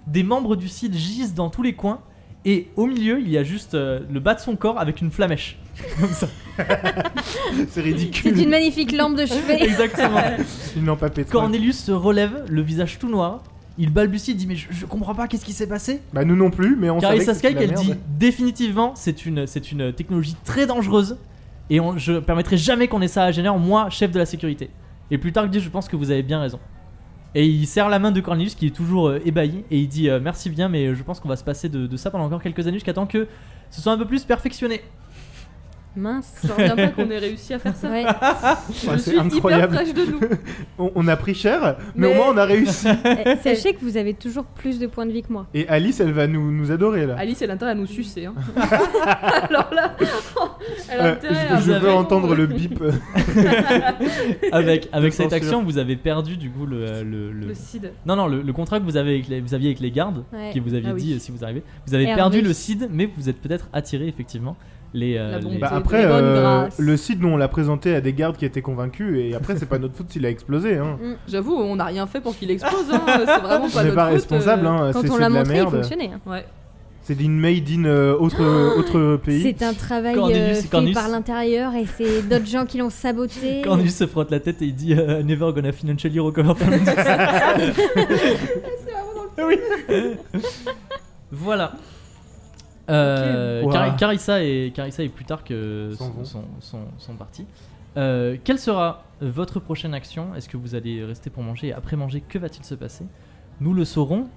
Des membres du cid gisent dans tous les coins. Et au milieu, il y a juste euh, le bas de son corps avec une flamèche. Comme ça.
C'est
C'est
ridicule.
une magnifique lampe de chevet.
Exactement.
Une lampe à pétrole.
Cornelius se relève, le visage tout noir. Il balbutie, dit Mais je, je comprends pas, qu'est-ce qui s'est passé
Bah nous non plus, mais on savait
Carissa
que c'était
Sky,
de la
elle
merde.
dit Définitivement, c'est une, c'est une technologie très dangereuse. Et on, je permettrai jamais qu'on ait ça à Génère, moi, chef de la sécurité. Et plus tard, il dit Je pense que vous avez bien raison. Et il serre la main de Cornelius, qui est toujours euh, ébahi, et il dit euh, Merci bien, mais je pense qu'on va se passer de, de ça pendant encore quelques années jusqu'à temps que ce soit un peu plus perfectionné.
Mince.
Je reviens pas qu'on ait réussi à faire ça.
Ouais.
Ouais,
Je
c'est
suis
incroyable.
hyper trash de nous.
On, on a pris cher, mais,
Mais-
au moins on a réussi.
Eh, Sachez que vous avez toujours plus de points de vie que moi.
Et Alice, elle va nous, nous adorer là.
Alice, elle a intérêt à nous sucer. Hein. Alors là, elle a
Euh,
intérêt à
je, je veux
vraiment-
entendre le bip. euh,
Avec, avec
De
cette
censure.
action, vous avez perdu du coup le- euh, le- le,
Le CID.
Non, non, le, le contrat que vous, avez avec les- vous aviez avec les gardes,
Ouais.
qui vous aviez
Ah oui.
dit euh, si vous arrivez, vous avez
Hervé.
perdu le CID, mais vous êtes peut-être attiré effectivement les. euh,
La bombe.
les-
Bah
de
après,
bonne
euh,
grâce.
le site, nous on l'a présenté à des gardes qui étaient convaincus, et après c'est pas notre faute s'il a explosé. Hein.
J'avoue, on n'a rien fait pour qu'il explose. Hein. C'est vraiment
On
pas
n'est
notre
pas
faute,
responsable,
euh.
hein.
Quand
c'est
on
c'est
l'a
de la
montré, il
merde.
fonctionnait. hein.
Ouais.
C'est d'une made in euh, autre, autre pays.
Ah, C'est un travail
Cornelius,
euh,
c'est
fait
Cornelius.
par l'intérieur et c'est d'autres gens qui l'ont saboté.
Quand il se frotte la tête et il dit euh, Never gonna financially recover from this.
Ah
Oui. voilà. Euh,
Ok.
Car-
Ouah.
Carissa, et, Carissa et plus tard que
S'en
sont,
vont.
sont, sont- sont partis. Euh, quelle sera votre prochaine action Est-ce que vous allez rester pour manger et après manger Que va-t-il se passer Nous le saurons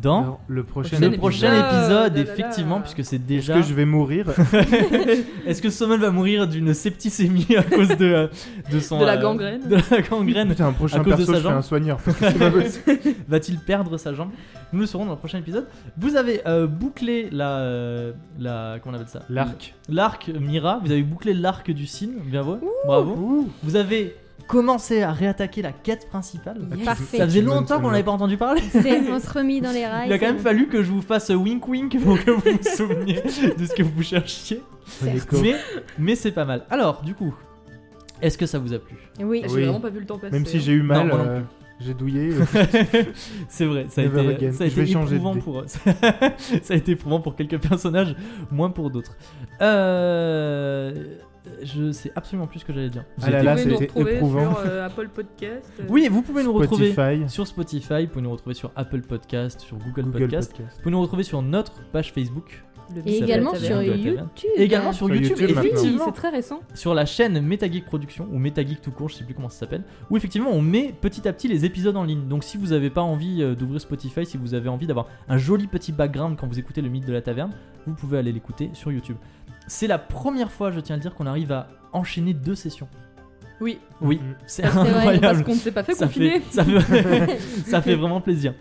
dans
Non, le prochain.
le
épisode.
prochain épisode,
épisode, là, là, là.
effectivement, puisque c'est
Est-ce
déjà.
que je vais mourir
Est-ce que Sommel va mourir d'une septicémie à cause de, euh, de son.
De la
euh,
gangrène.
de la gangrène.
Putain, un
À
prochain
cause de
perso, je
sa
fais
jambe.
un soigneur. parce que c'est pas possible.
Va-t-il perdre sa jambe Nous le saurons dans le prochain épisode. Vous avez euh, bouclé la, euh, la. Comment on appelle ça
L'arc.
L'arc Mira. Vous avez bouclé l'arc du Sin. Bien beau. Bravo.
Oh.
Ouh.
Vous avez commencé à réattaquer la quête principale.
Yes.
Ça
Parfait.
faisait
Tu me-
longtemps
tu
qu'on
me-
n'avait pas entendu parler.
C'est- On se remit dans les
Ah,
rails.
Il a quand même
c'est-
fallu que je vous fasse wink wink pour que vous vous souveniez de ce que vous cherchiez.
Mais co-
Mais, mais c'est pas mal. Alors, du coup, est-ce que ça vous a plu
Oui.
J'ai
Oui.
vraiment pas vu le temps passer.
Même si j'ai eu mal,
moi non
euh, j'ai douillé.
C'est vrai, ça a
Never
été,
again.
ça a
Je
été
vais changer de
éprouvant
dé.
pour ça a été éprouvant pour quelques personnages, moins pour d'autres. Euh, je sais absolument plus ce que j'allais dire.
Ah
J'ai
là
été-
là,
Vous pouvez nous
c'était
retrouver
éprouvant.
sur euh, Apple Podcast. euh,
Oui, vous pouvez nous retrouver
Spotify,
sur Spotify, vous pouvez nous retrouver sur Apple Podcast, sur Google,
Google
Podcast.
Podcast.
Vous pouvez nous retrouver sur notre page Facebook,
le
Et
Biscuit
également
à la
sur
taverne.
de la taverne.
YouTube.
et également sur,
Sur
YouTube,
YouTube,
Oui,
maintenant.
effectivement.
c'est très récent.
sur la chaîne MetaGeek Production ou MetaGeek tout court, je sais plus comment ça s'appelle, où effectivement on met petit à petit les épisodes en ligne. Donc si vous n'avez pas envie euh, d'ouvrir Spotify, si vous avez envie d'avoir un joli petit background quand vous écoutez le mythe de la taverne, vous pouvez aller l'écouter sur YouTube. C'est la première fois, je tiens à le dire, qu'on arrive à enchaîner deux sessions.
Oui,
Oui,
Mhm.
c'est
Ça, c'est vrai,
Ah, parce
incroyable.
qu'on ne s'est pas fait
ça,
confiner.
fait, ça, fait, ça fait vraiment plaisir.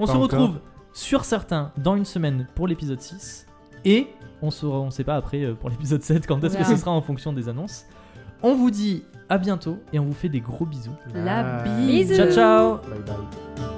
On
Pas
se
encore.
retrouve sur certains dans une semaine pour l'épisode 6 et on saura, on sait pas après euh, pour l'épisode 7 quand est-ce que
verra.
ce sera en fonction des annonces. On vous dit à bientôt et on vous fait des gros bisous.
La
Ah.
bise.
Bisous.
Ciao ciao
Bye bye.